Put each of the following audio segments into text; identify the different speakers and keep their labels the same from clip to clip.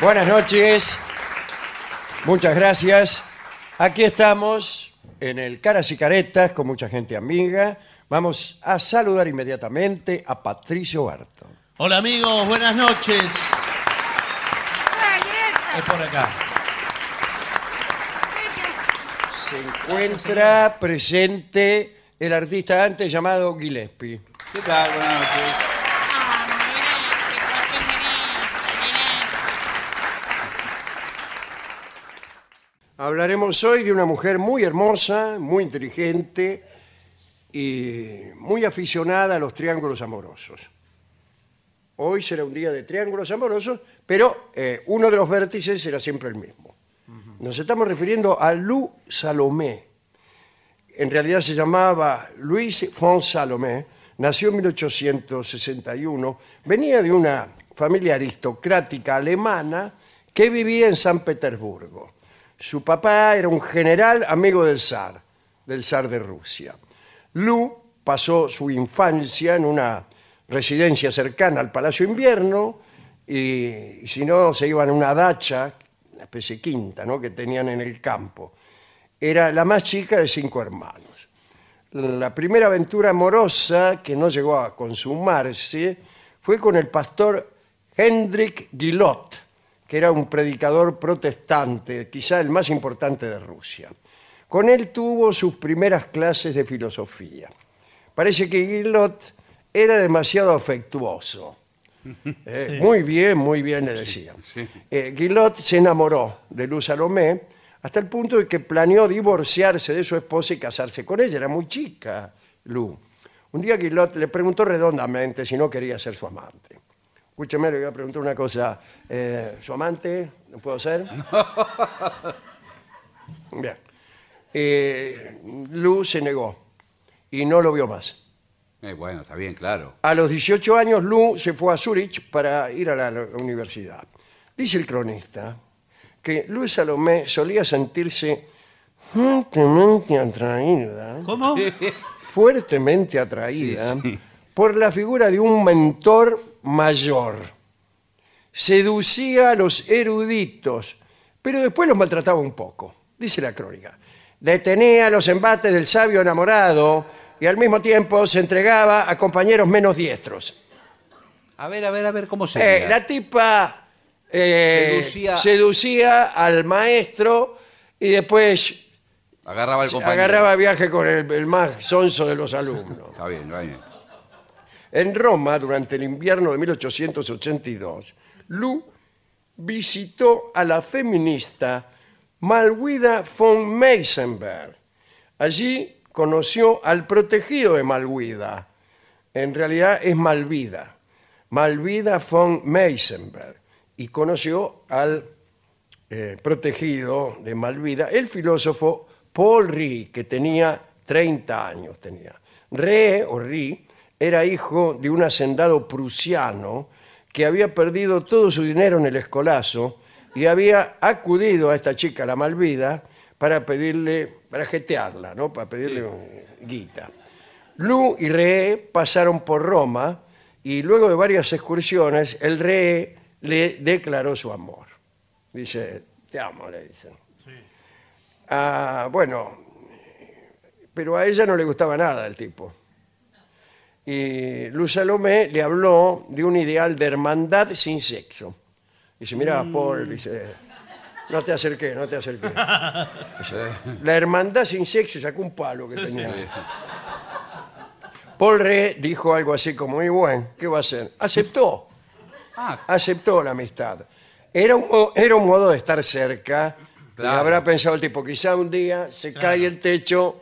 Speaker 1: Buenas noches. Muchas gracias. Aquí estamos en el Caras y Caretas con mucha gente amiga. Vamos a saludar inmediatamente a Patricio Barto.
Speaker 2: Hola amigos, buenas noches. Es por acá.
Speaker 1: Se encuentra presente el artista antes llamado Gillespie.
Speaker 3: ¿Qué tal? Buenas noches.
Speaker 1: Hablaremos hoy de una mujer muy hermosa, muy inteligente y muy aficionada a los triángulos amorosos. Hoy será un día de triángulos amorosos, pero eh, uno de los vértices será siempre el mismo. Nos estamos refiriendo a Lou Salomé. En realidad se llamaba Luis Font Salomé, nació en 1861, venía de una familia aristocrática alemana que vivía en San Petersburgo. Su papá era un general amigo del zar, del zar de Rusia. Lou pasó su infancia en una residencia cercana al Palacio Invierno y, y si no se iban a una dacha, una especie de quinta ¿no? que tenían en el campo. Era la más chica de cinco hermanos. La primera aventura amorosa que no llegó a consumarse fue con el pastor Hendrik Gilot, que era un predicador protestante, quizá el más importante de Rusia. Con él tuvo sus primeras clases de filosofía. Parece que Gilot era demasiado afectuoso. Eh, Muy bien, muy bien, le decía. Eh, Guillot se enamoró de Luz Salomé hasta el punto de que planeó divorciarse de su esposa y casarse con ella. Era muy chica, Luz. Un día Guillot le preguntó redondamente si no quería ser su amante. Escúcheme, le voy a preguntar una cosa. Eh, ¿Su amante? ¿No puedo ser? Bien. Eh, Luz se negó y no lo vio más.
Speaker 3: Eh, bueno, está bien, claro.
Speaker 1: A los 18 años, Lu se fue a Zurich para ir a la universidad. Dice el cronista que Lu Salomé solía sentirse fuertemente atraída,
Speaker 2: ¿Cómo?
Speaker 1: fuertemente atraída
Speaker 3: Sí, sí.
Speaker 1: por la figura de un mentor mayor. Seducía a los eruditos, pero después los maltrataba un poco, dice la crónica. Detenía los embates del sabio enamorado y al mismo tiempo se entregaba a compañeros menos diestros.
Speaker 3: A ver, a ver, a ver, ¿cómo se
Speaker 1: Eh, la tipa eh, seducía.
Speaker 3: Seducía.
Speaker 1: al maestro y después
Speaker 3: Agarraba al compañero.
Speaker 1: agarraba viaje con el, el más sonso de los alumnos.
Speaker 3: Está bien, está bien.
Speaker 1: En Roma, durante el invierno de 1882, Lu visitó a la feminista Malwida von Meisenberg. Allí conoció al protegido de Malwida. En realidad es Malvida. Malvida von Meisenberg. Y conoció al eh, protegido de Malvida, el filósofo Paul Rie, que tenía 30 años. Tenía. Re o Rie era hijo de un hacendado prusiano que había perdido todo su dinero en el escolazo y había acudido a esta chica, la Malvida, para pedirle, para jetearla, ¿no? para pedirle eh, guita. Lu y Re pasaron por Roma y luego de varias excursiones, el Re le declaró su amor. Dice, te amo, le dicen. Ah, bueno, pero a ella no le gustaba nada el tipo. Y Luz Salomé le habló de un ideal de hermandad sin sexo. Dice, mira, Paul, dice, no te acerqué, no te acerqué. Dice, La hermandad sin sexo sacó un palo que tenía. Paul Re dijo algo así como, muy bueno, ¿qué va a hacer? Aceptó
Speaker 3: Ah,
Speaker 1: aceptó la amistad. Era un, mo- era un modo de estar cerca. y
Speaker 3: Claro.
Speaker 1: habrá pensado el tipo, quizá un día se cae el techo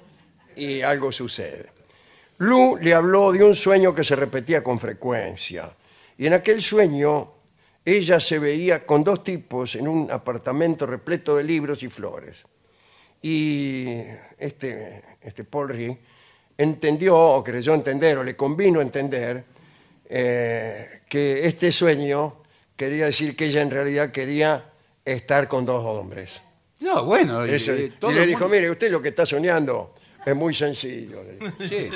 Speaker 1: y algo sucede. Lu le habló de un sueño que se repetía con frecuencia. Y en aquel sueño ella se veía con dos tipos en un apartamento repleto de libros y flores. Y este, este Paul Rie entendió, o creyó entender, o le convino entender, eh, que este sueño quería decir que ella en realidad quería estar con dos hombres.
Speaker 3: no, bueno. y-
Speaker 1: Eso-
Speaker 3: y
Speaker 1: y
Speaker 3: eh, todo
Speaker 1: le
Speaker 3: el
Speaker 1: dijo,
Speaker 3: mundo-
Speaker 1: mire, usted lo que está soñando es muy sencillo. le dijo.
Speaker 3: Sí.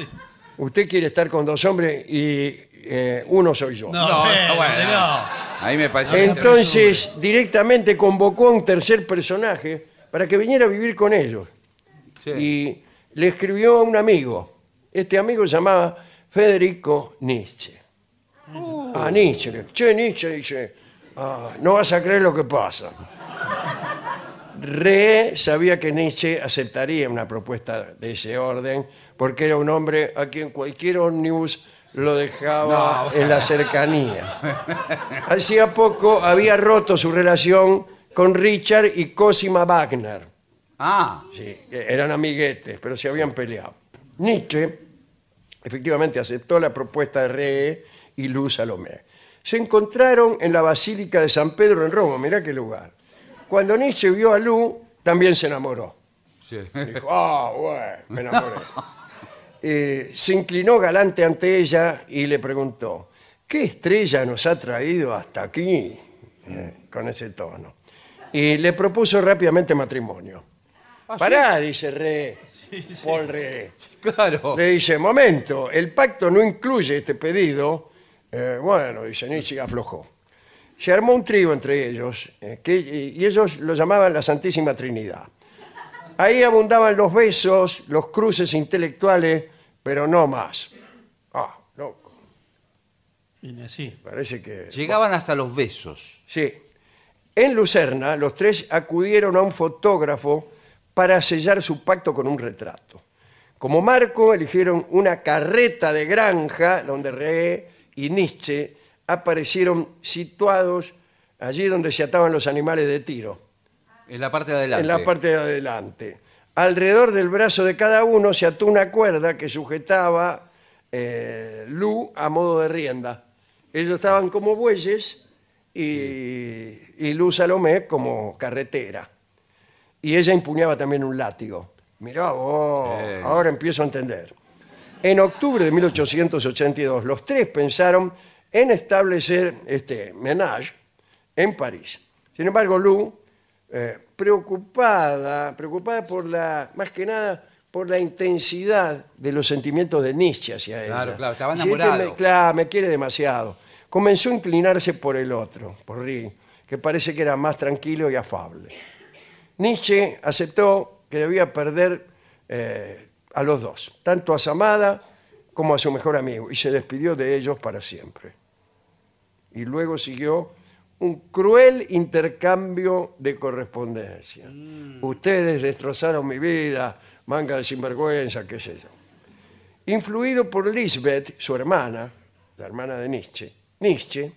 Speaker 1: Usted quiere estar con dos hombres y eh, uno soy yo.
Speaker 2: No,
Speaker 3: No,
Speaker 2: bueno,
Speaker 3: no, bueno.
Speaker 2: no.
Speaker 3: Ahí me parece. que te-
Speaker 1: Entonces, directamente convocó a un tercer personaje para que viniera a vivir con ellos.
Speaker 3: Sí.
Speaker 1: Y le escribió a un amigo. Este amigo se llamaba Federico Nietzsche.
Speaker 3: Uh.
Speaker 1: A Nietzsche. le- Che, Nietzsche dice, "Ah, no vas a creer lo que pasa. Re sabía que Nietzsche aceptaría una propuesta de ese orden porque era un hombre a quien cualquier ómnibus lo dejaba
Speaker 3: No,
Speaker 1: en la cercanía. Hacía poco había roto su relación con Richard y Cosima Wagner.
Speaker 3: Ah,
Speaker 1: Sí, eran amiguetes, pero se habían peleado. Nietzsche efectivamente aceptó la propuesta de Ree y Luz Salomé. Se encontraron en la Basílica de San Pedro en Roma, mirá qué lugar. Cuando Nietzsche vio a Lu, también se enamoró.
Speaker 3: sí.
Speaker 1: Dijo, ah, bueno, me enamoré. Eh, se inclinó galante ante ella y le preguntó, ¿qué estrella nos ha traído hasta aquí? Eh, con ese tono. Y le propuso rápidamente matrimonio. Pará, dice Re, Paul Re.
Speaker 3: claro.
Speaker 1: Le dice, momento, el pacto no incluye este pedido. Eh, bueno, dice Nietzsche, aflojó. Se armó un trío entre ellos, eh, que- y ellos lo llamaban la Santísima Trinidad. Ahí abundaban los besos, los cruces intelectuales, pero no más. Ah, loco,
Speaker 2: Viene así.
Speaker 1: parece que...
Speaker 3: Llegaban hasta los besos.
Speaker 1: Sí. En Lucerna, los tres acudieron a un fotógrafo para sellar su pacto con un retrato. Como marco, eligieron una carreta de granja donde Rehe y Nietzsche aparecieron situados allí donde se ataban los animales de tiro,
Speaker 3: En la parte de adelante.
Speaker 1: en la parte de adelante. Alrededor del brazo de cada uno se ató una cuerda que sujetaba eh, Lu a modo de rienda. Ellos estaban como bueyes y, y Lu Salomé como carretera. Y ella empuñaba también un látigo. Mirá vos,
Speaker 3: Eh.
Speaker 1: ahora empiezo a entender. En octubre de 1882, los tres pensaron en establecer este menage en París. Sin embargo, Lou, eh, preocupada, preocupada por la, más que nada, por la intensidad de los sentimientos de Nietzsche hacia ella.
Speaker 3: Claro, claro, estaba
Speaker 1: Dice, "Este
Speaker 3: enamorado".
Speaker 1: me- claro, me quiere demasiado. Comenzó a inclinarse por el otro, por Ri, que parece que era más tranquilo y afable. Nietzsche aceptó que debía perder eh, a los dos, tanto a Samada como a su mejor amigo, y se despidió de ellos para siempre. Y luego siguió un cruel intercambio de correspondencia. Ustedes destrozaron mi vida, manga de sinvergüenza, qué sé yo influido por Lisbeth, su hermana, la hermana de Nietzsche, Nietzsche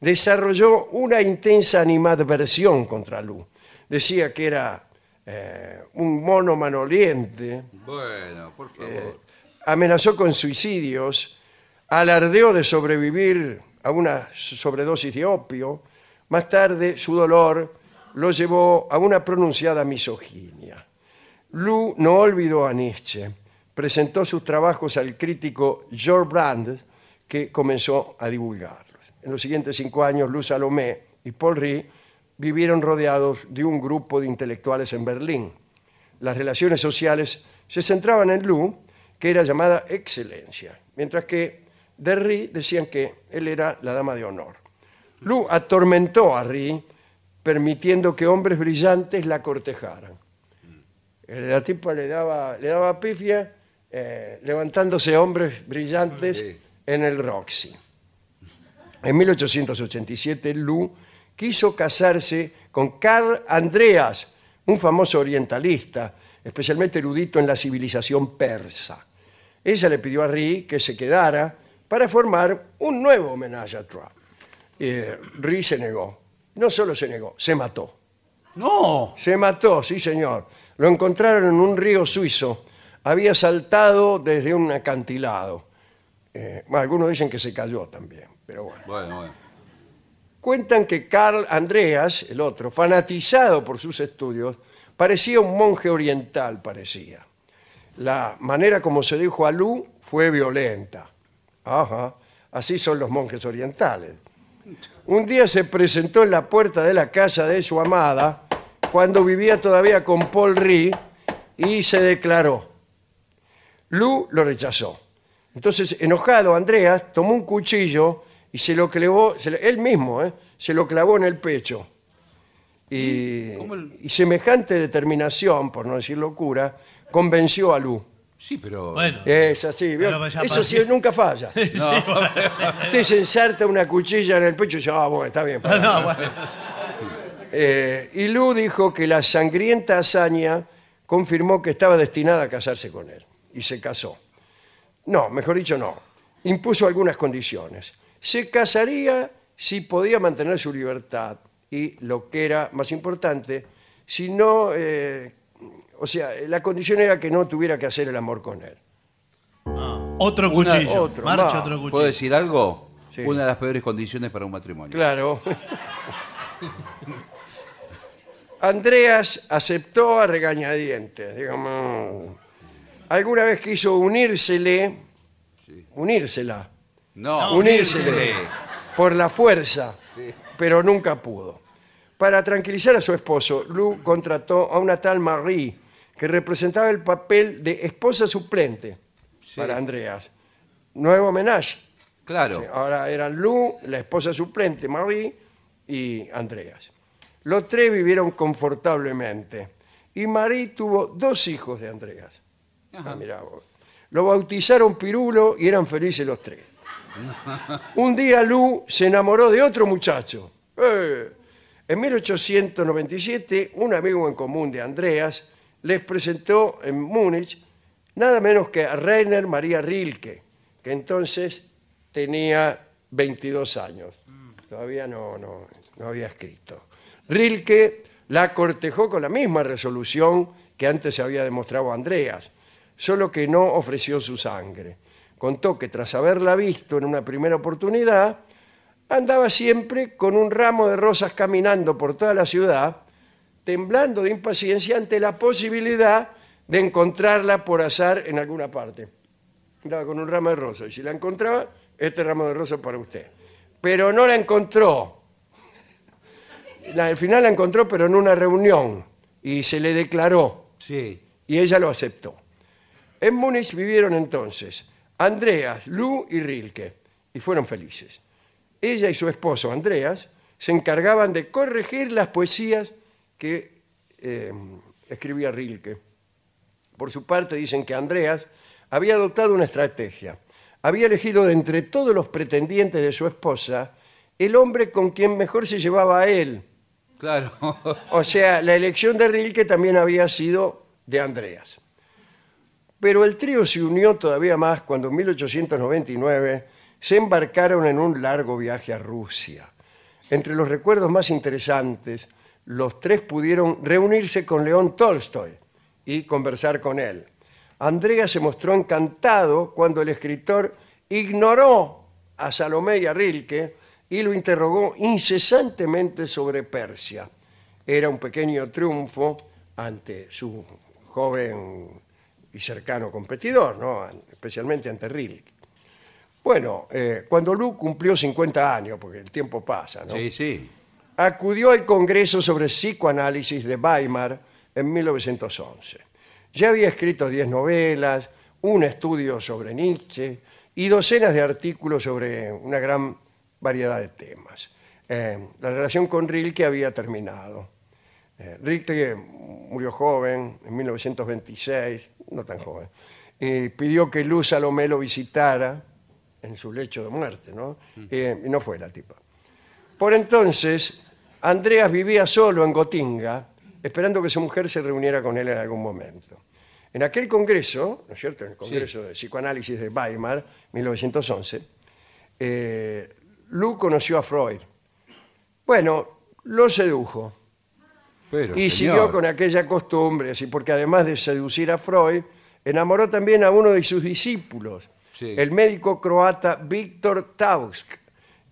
Speaker 1: desarrolló una intensa animadversión contra Lu. Decía que era eh, un mono manoliente,
Speaker 3: Bueno, por favor.
Speaker 1: Eh. amenazó con suicidios, alardeó de sobrevivir a una sobredosis de opio. Más tarde, su dolor lo llevó a una pronunciada misoginia. Lu no olvidó a Nietzsche. Presentó sus trabajos al crítico George Brand, que comenzó a divulgarlos. En los siguientes cinco años, Lu Salomé y Paul Rie vivieron rodeados de un grupo de intelectuales en Berlín. Las relaciones sociales se centraban en Lu, que era llamada excelencia, mientras que de Rie decían que él era la dama de honor. Lu atormentó a Rie, permitiendo que hombres brillantes la cortejaran. Eh, La tipa le daba, le daba pifia eh, levantándose hombres brillantes
Speaker 3: Sí.
Speaker 1: en el Roxy. En 1887, Lu quiso casarse con Carl Andreas, un famoso orientalista, especialmente erudito en la civilización persa. Ella le pidió a Ri que se quedara para formar un nuevo homenaje a Trump. Eh, Ri se negó. No solo se negó, se mató.
Speaker 3: ¡No!
Speaker 1: Se mató, sí señor. Lo encontraron en un río suizo. Había saltado desde un acantilado. Eh, bueno, algunos dicen que se cayó también, pero bueno.
Speaker 3: Bueno, bueno.
Speaker 1: Cuentan que Carl Andreas, el otro, fanatizado por sus estudios, parecía un monje oriental, parecía. La manera como se dijo a Lu fue violenta. Ajá, así son los monjes orientales. Un día se presentó en la puerta de la casa de su amada, cuando vivía todavía con Paul Rie, y se declaró. Lu lo rechazó. Entonces, enojado, Andreas tomó un cuchillo y se lo clavó, se lo- él mismo, ¿eh? se lo clavó en el pecho. Y,
Speaker 3: ¿Cómo el-
Speaker 1: y semejante determinación, por no decir locura, convenció a Lu.
Speaker 3: Sí, pero.
Speaker 2: Bueno.
Speaker 1: Es así, ¿vio?
Speaker 2: Pero ya
Speaker 1: eso sí
Speaker 2: parecía-
Speaker 1: nunca falla.
Speaker 3: No,
Speaker 1: Usted se ensarta una cuchilla en el pecho y dice, ah, bueno, está bien. para".
Speaker 2: No, bueno.
Speaker 1: Eh, y Lu dijo que la sangrienta hazaña confirmó que estaba destinada a casarse con él. Y se casó. No, mejor dicho, no. Impuso algunas condiciones. Se casaría si podía mantener su libertad y, lo que era más importante, si no... eh, o sea, la condición era que no tuviera que hacer el amor con él.
Speaker 2: Ah, otro cuchillo.
Speaker 1: otro,
Speaker 2: Marcha
Speaker 1: va.
Speaker 2: otro cuchillo.
Speaker 3: ¿Puedo decir algo?
Speaker 1: Sí.
Speaker 3: Una de las peores condiciones para un matrimonio.
Speaker 1: Claro. Andreas aceptó a regañadientes, digamos. Alguna vez quiso unírsele, unírsela,
Speaker 3: No,
Speaker 2: No, unírsele.
Speaker 1: unírsele por la fuerza, pero nunca pudo. Para tranquilizar a su esposo, Lou contrató a una tal Marie que representaba el papel de esposa suplente para Andreas. Nuevo homenaje.
Speaker 3: Claro.
Speaker 1: Sí, ahora eran Lu, la esposa suplente, Marie y Andreas. Los tres vivieron confortablemente. Y Marie tuvo dos hijos de Andreas. Ah, mirá vos. Lo bautizaron Pirulo y eran felices los tres. Un día Lu se enamoró de otro muchacho. Eh, En 1897, un amigo en común de Andreas les presentó en Múnich nada menos que a Rainer María Rilke, que entonces tenía 22 años. Todavía no, no, no había escrito. Rilke la cortejó con la misma resolución que antes había demostrado Andreas, solo que no ofreció su sangre. Contó que tras haberla visto en una primera oportunidad, andaba siempre con un ramo de rosas caminando por toda la ciudad, temblando de impaciencia ante la posibilidad de encontrarla por azar en alguna parte. Andaba con un ramo de rosas y si la encontraba, este ramo de rosas para usted. Pero no la encontró. La- al final la encontró, pero en una reunión y se le declaró
Speaker 3: Sí.
Speaker 1: y ella lo aceptó. En Múnich vivieron entonces Andreas, Lu y Rilke, y fueron felices. Ella y su esposo, Andreas, se encargaban de corregir las poesías que eh, escribía Rilke. Por su parte, dicen que Andreas había adoptado una estrategia. Había elegido de entre todos los pretendientes de su esposa el hombre con quien mejor se llevaba a él.
Speaker 3: Claro.
Speaker 1: O sea, la elección de Rilke también había sido de Andreas. Pero el trío se unió todavía más cuando en 1899 se embarcaron en un largo viaje a Rusia. Entre los recuerdos más interesantes, los tres pudieron reunirse con León Tolstoy y conversar con él. Andreas se mostró encantado cuando el escritor ignoró a Salomé y a Rilke y lo interrogó incesantemente sobre Persia. Era un pequeño triunfo ante su joven y cercano competidor, ¿no? especialmente ante Rilke. Bueno, eh, cuando Lu cumplió 50 años, porque el tiempo pasa, ¿no?
Speaker 3: Sí, sí.
Speaker 1: acudió al Congreso sobre Psicoanálisis de Weimar en 1911. Ya había escrito 10 novelas, un estudio sobre Nietzsche y docenas de artículos sobre una gran variedad de temas. Eh, la relación con Rilke había terminado. Eh, Rilke murió joven, en 1926, no tan joven, y pidió que Luz Salomé lo visitara en su lecho de muerte, ¿no? Eh, y no fue la tipa. Por entonces, Andreas vivía solo en Gotinga, esperando que su mujer se reuniera con él en algún momento. En aquel congreso, ¿no es cierto?, en el Congreso de Psicoanálisis de Weimar, 1911, eh, Lu conoció a Freud. Bueno, lo sedujo
Speaker 3: Pero,
Speaker 1: y
Speaker 3: señor.
Speaker 1: siguió con aquella costumbre, así, porque además de seducir a Freud, enamoró también a uno de sus discípulos,
Speaker 3: Sí.
Speaker 1: el médico croata Víctor Tausk,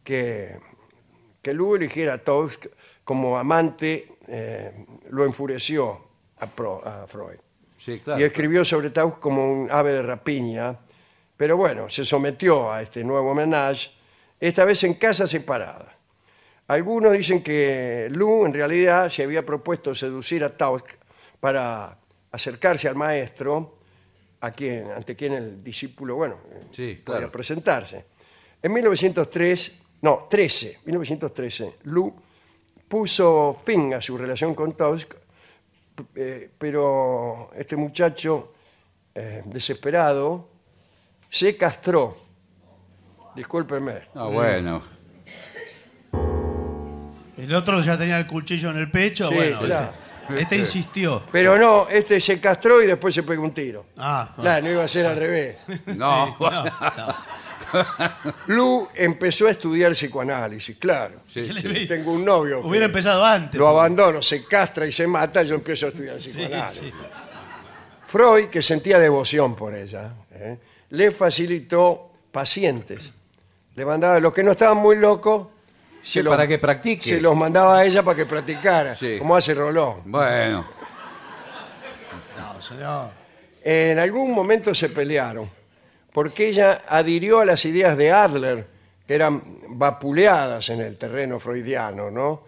Speaker 1: que, que luego eligiera a Tausk como amante, eh, lo enfureció a, Pro- a Freud.
Speaker 3: Sí, claro.
Speaker 1: Y escribió sobre Tausk como un ave de rapiña, pero bueno, se sometió a este nuevo homenaje, esta vez en casa separada. Algunos dicen que Lu en realidad se había propuesto seducir a Tausk para acercarse al maestro, a quien, ante quien el discípulo, bueno, eh,
Speaker 3: Sí,
Speaker 1: podía
Speaker 3: claro.
Speaker 1: presentarse. En 1903, no, 13, 1913, Lu puso fin a su relación con Tusk, p- eh, pero este muchacho eh, desesperado se castró. Discúlpeme.
Speaker 3: Ah, bueno.
Speaker 4: El otro ya tenía el cuchillo en el pecho.
Speaker 1: Sí,
Speaker 4: bueno,
Speaker 1: claro.
Speaker 4: este, este insistió.
Speaker 1: Pero no, este se castró y después se pegó un tiro.
Speaker 4: Ah, bueno.
Speaker 1: Claro, no iba a ser al revés.
Speaker 3: No,
Speaker 4: No, no.
Speaker 1: Lu empezó a estudiar psicoanálisis, claro.
Speaker 3: sí,
Speaker 4: ¿Qué le
Speaker 3: sí.
Speaker 4: veis?
Speaker 1: Tengo un novio. que
Speaker 4: Hubiera empezado antes.
Speaker 1: Lo abandono, se castra y se mata, yo empiezo a estudiar
Speaker 4: Sí,
Speaker 1: psicoanálisis.
Speaker 4: sí.
Speaker 1: Freud, que sentía devoción por ella, ¿eh? le facilitó pacientes. Le mandaba, los que no estaban muy locos,
Speaker 3: Sí, para que practique.
Speaker 1: se los mandaba a ella para que practicara,
Speaker 3: Sí.
Speaker 1: como hace Rolón.
Speaker 3: Bueno,
Speaker 4: No, señor.
Speaker 1: En algún momento se pelearon, porque ella adhirió a las ideas de Adler, que eran vapuleadas en el terreno freudiano, ¿no?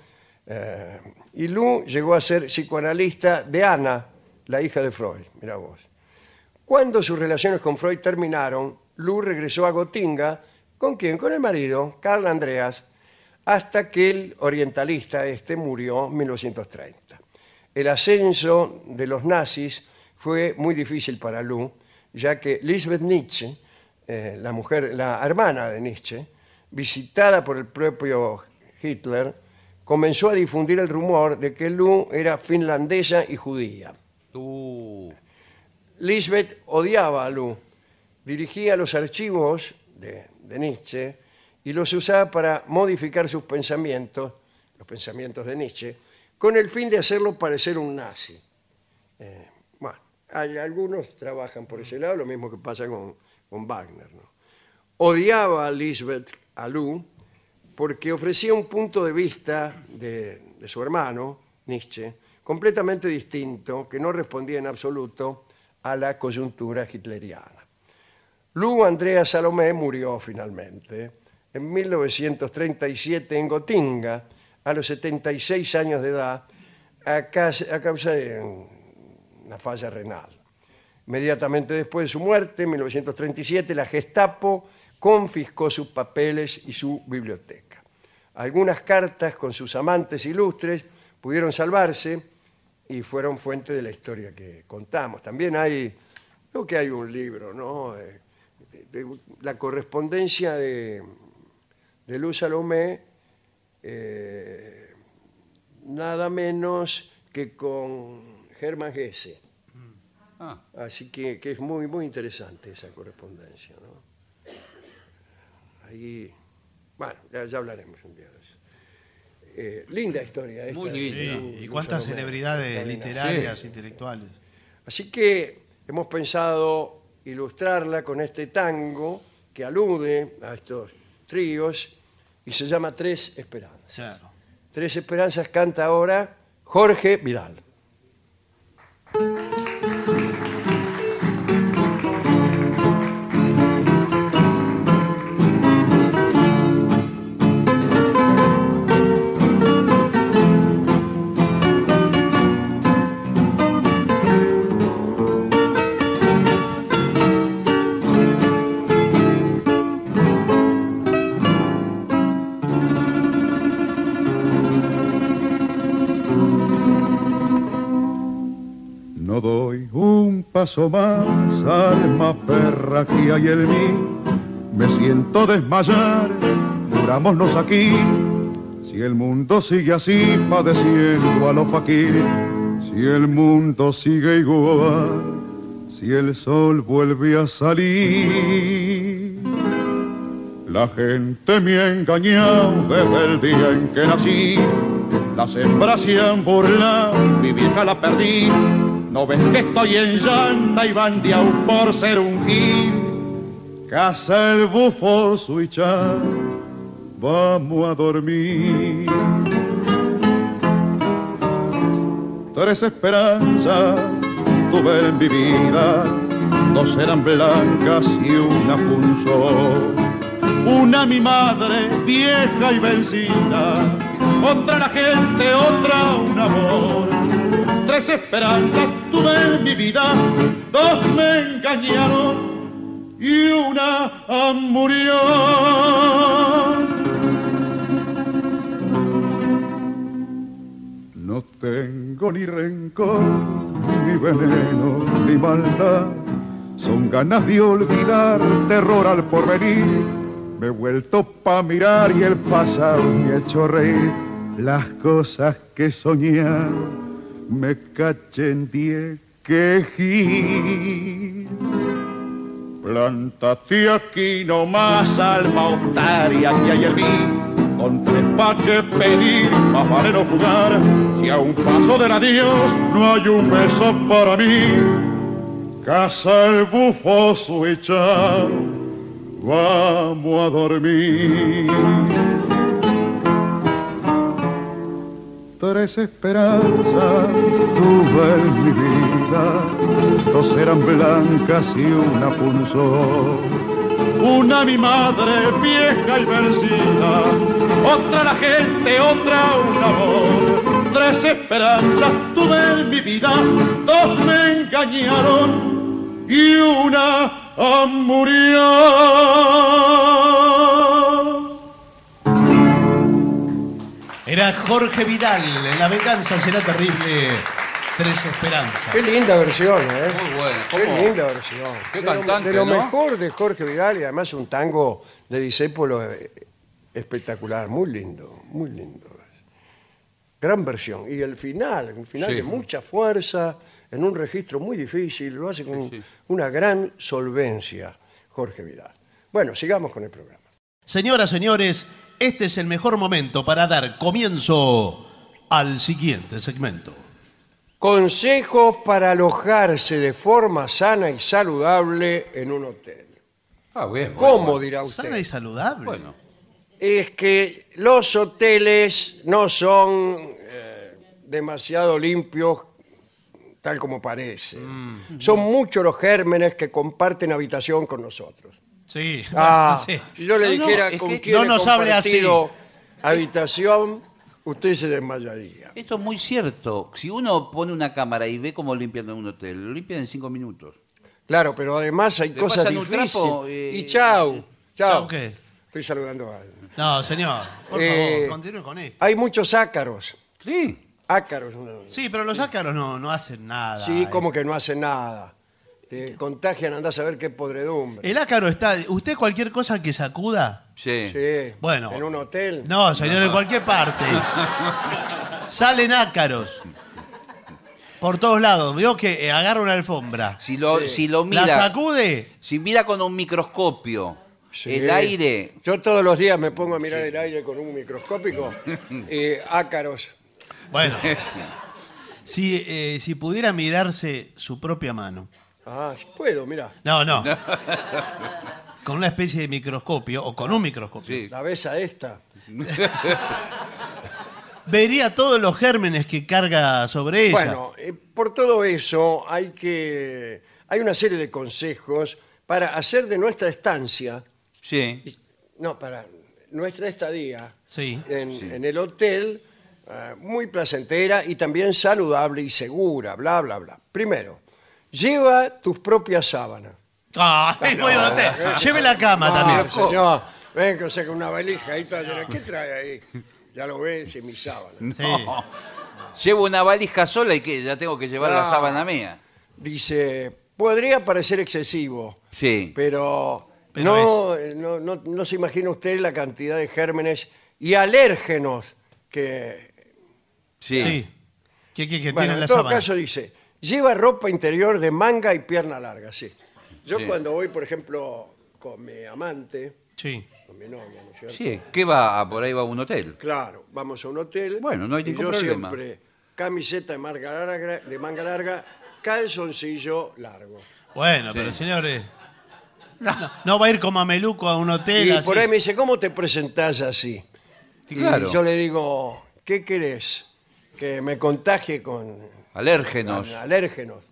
Speaker 1: Eh, y Lu llegó a ser psicoanalista de Ana, la hija de Freud, mira vos. Cuando sus relaciones con Freud terminaron, Lu regresó a Gotinga, ¿con quién? Con el marido, Carl Andreas, hasta que el orientalista este murió en 1930. El ascenso de los nazis fue muy difícil para Lu, ya que Lisbeth Nietzsche, eh, la mujer, la hermana de Nietzsche, visitada por el propio Hitler, comenzó a difundir el rumor de que Lu era finlandesa y judía.
Speaker 3: tú.
Speaker 1: Lisbeth odiaba a Lu, dirigía los archivos de, de Nietzsche y los usaba para modificar sus pensamientos, los pensamientos de Nietzsche, con el fin de hacerlo parecer un nazi. Eh, bueno, hay- algunos trabajan por ese lado, lo mismo que pasa con, con Wagner. ¿no? Odiaba a Lisbeth a Lu porque ofrecía un punto de vista de, de su hermano, Nietzsche, completamente distinto, que no respondía en absoluto a la coyuntura hitleriana. Lu Andrea Salomé murió finalmente en 1937 en Gotinga, a los 76 años de edad, a cas- a causa de una falla renal. Inmediatamente después de su muerte, en 1937, la Gestapo confiscó sus papeles y su biblioteca. Algunas cartas con sus amantes ilustres pudieron salvarse y fueron fuente de la historia que contamos. También hay, creo que hay un libro, ¿no? Eh, de- de- la correspondencia de, de Luz Salomé, eh, nada menos que con Germán Gese.
Speaker 3: Ah,
Speaker 1: Así que, que es muy, muy interesante esa correspondencia, ¿no? Ahí, bueno, ya, ya hablaremos un día de eso. Eh, linda historia esta.
Speaker 3: Muy
Speaker 1: de-
Speaker 3: linda.
Speaker 1: de
Speaker 4: Sí,
Speaker 1: Luz
Speaker 4: y cuántas
Speaker 1: Salomé,
Speaker 4: celebridades
Speaker 1: Carolina.
Speaker 4: literarias,
Speaker 3: Sí.
Speaker 4: intelectuales.
Speaker 1: Así que hemos pensado ilustrarla con este tango que alude a estos tríos y se llama Tres Esperanzas.
Speaker 4: Claro.
Speaker 1: Tres Esperanzas canta ahora Jorge Vidal.
Speaker 5: No doy un paso más, alma perra que hay en mí. Me siento desmayar, murámonos aquí. Si el mundo sigue así, padeciendo a los faquir. Si el mundo sigue igual, si el sol vuelve a salir. La gente me ha engañado desde el día en que nací. Las hembras se han burlado, mi vieja la perdí. No ves que estoy en llanta y bandeado por ser un gil. Casa el bufo suichar, vamos a dormir. Tres esperanzas tuve en mi vida, dos eran blancas y una punzó. Una mi madre, vieja y vencida. Otra la gente, otra un amor. Tres esperanzas tuve en mi vida. Dos me engañaron y una ah, murió. No tengo ni rencor, ni veneno, ni maldad. Son ganas de olvidar, terror al porvenir. Me he vuelto pa' mirar y el pasado me ha hecho reír. Las cosas que soñaba me caché en diez quejí. Plántate aquí nomás, alma otaria, que hay el mí. Con tres pa' que pedir, más vale no jugar. Si a un paso del adiós no hay un beso para mí. Casa el bufo su echar, vamos a dormir. Tres esperanzas tuve en mi vida, dos eran blancas y una punzó. Una mi madre vieja y vencida, otra la gente, otra un amor. Tres esperanzas tuve en mi vida, dos me engañaron y una ah, murió.
Speaker 4: Era Jorge Vidal. En la venganza será terrible. Tres esperanzas.
Speaker 1: Qué linda versión, ¿eh?
Speaker 3: Muy bueno.
Speaker 1: Qué
Speaker 3: ¿Cómo?
Speaker 1: linda versión.
Speaker 3: Qué
Speaker 1: De lo-
Speaker 3: cantante,
Speaker 1: De lo
Speaker 3: ¿no?
Speaker 1: mejor de Jorge Vidal y además un tango de discépolo eh, espectacular, muy lindo, muy lindo. Gran versión. Y el final, un final
Speaker 3: Sí.
Speaker 1: de mucha fuerza, en un registro muy difícil, lo hace con
Speaker 3: Sí, sí.
Speaker 1: una gran solvencia Jorge Vidal. Bueno, sigamos con el programa.
Speaker 4: Señoras, señores, este es el mejor momento para dar comienzo al siguiente segmento.
Speaker 1: Consejos para alojarse de forma sana y saludable en un hotel.
Speaker 3: Ah, bien. bueno,
Speaker 1: ¿Cómo dirá usted?
Speaker 4: Sana y saludable.
Speaker 3: Bueno.
Speaker 1: es que los hoteles no son eh, demasiado limpios tal como parece. Son muchos los gérmenes que comparten habitación con nosotros.
Speaker 4: Sí.
Speaker 1: Ah,
Speaker 4: sí.
Speaker 1: si yo le
Speaker 3: No, no,
Speaker 1: dijera
Speaker 3: es
Speaker 1: con
Speaker 3: que-
Speaker 1: quién
Speaker 4: No
Speaker 1: he
Speaker 4: nos hable así.
Speaker 1: compartido habitación, usted se desmayaría.
Speaker 3: Esto es muy cierto. Si uno pone una cámara y ve cómo limpian en un hotel, lo limpian en cinco minutos.
Speaker 1: Claro, pero además hay
Speaker 3: Le
Speaker 1: cosas
Speaker 3: pasan un
Speaker 1: difíciles.
Speaker 3: trapo, eh,
Speaker 1: y chau, chau.
Speaker 4: ¿Chau qué?
Speaker 1: Estoy saludando a alguien.
Speaker 4: No, señor. Por
Speaker 1: Eh,
Speaker 4: favor, continúe con esto.
Speaker 1: Hay muchos ácaros.
Speaker 3: Sí.
Speaker 1: Ácaros. no-
Speaker 4: Sí, pero los ácaros no, no hacen nada.
Speaker 1: Sí, como que no hacen nada. Te contagian, andás a ver qué podredumbre.
Speaker 4: El ácaro está. Usted cualquier cosa que sacuda.
Speaker 3: Sí.
Speaker 1: Sí,
Speaker 4: Bueno.
Speaker 1: En un hotel.
Speaker 4: No, señor, en cualquier parte. Salen ácaros. Por todos lados. Veo que eh, agarra una alfombra.
Speaker 3: Si lo, si lo
Speaker 4: La
Speaker 3: mira,
Speaker 4: sacude.
Speaker 3: si mira con un microscopio
Speaker 1: Sí.
Speaker 3: el aire,
Speaker 1: Yo todos los días me pongo a mirar el aire con un microscópico y ácaros.
Speaker 4: Bueno. Si, eh, si pudiera mirarse su propia mano.
Speaker 1: Ah, sí puedo, mira.
Speaker 4: No, no. Con una especie de microscopio o con un microscopio.
Speaker 3: Sí.
Speaker 1: La ves a esta.
Speaker 4: Vería todos los gérmenes que carga sobre ella.
Speaker 1: Bueno, eh, por todo eso hay que. Hay una serie de consejos para hacer de nuestra estancia.
Speaker 3: sí.
Speaker 1: y- No, para nuestra estadía
Speaker 4: Sí.
Speaker 1: en,
Speaker 3: Sí.
Speaker 1: en el hotel, eh, muy placentera y también saludable y segura, bla, bla, bla. Primero, lleva tus propias sábanas.
Speaker 4: Ah, es
Speaker 1: eh,
Speaker 4: muy hotel. Lleve la cama
Speaker 1: Ah,
Speaker 4: también.
Speaker 1: señor, ven que saca una valija, ahí está llena. ¿Qué trae ahí? Ya lo ves, en mi sábana.
Speaker 4: Sí.
Speaker 3: Llevo una valija sola y que ya tengo que llevar
Speaker 1: Ah.
Speaker 3: la sábana mía.
Speaker 1: Dice, podría parecer excesivo,
Speaker 3: Sí.
Speaker 1: pero,
Speaker 4: Pero
Speaker 1: no, eh, no, no- no se imagina usted la cantidad de gérmenes y alérgenos que...
Speaker 3: Sí.
Speaker 4: Sí. ¿Qué, qué, qué
Speaker 1: bueno,
Speaker 4: tiene
Speaker 1: en
Speaker 4: la
Speaker 1: todo
Speaker 4: sábana?
Speaker 1: caso dice, lleva ropa interior de manga y pierna larga, sí. Yo
Speaker 3: Sí.
Speaker 1: cuando voy, por ejemplo, con mi amante,
Speaker 4: Sí.
Speaker 1: con mi novia, ¿no es cierto?
Speaker 3: Sí. ¿Qué va? Ah, Por ahí va a un hotel.
Speaker 1: Claro, vamos a un hotel.
Speaker 3: Bueno, no hay
Speaker 1: y
Speaker 3: ningún
Speaker 1: yo
Speaker 3: problema.
Speaker 1: siempre camiseta de manga larga, de manga larga, calzoncillo largo.
Speaker 4: Bueno, pero señores. No, no va a ir como a Meluco a un hotel.
Speaker 1: y
Speaker 4: así.
Speaker 1: por ahí me dice, ¿cómo te presentás así?
Speaker 3: Sí, claro.
Speaker 1: Y yo le digo, ¿qué querés? Que me contagie con,
Speaker 3: Alérgenos.
Speaker 1: con alérgenos.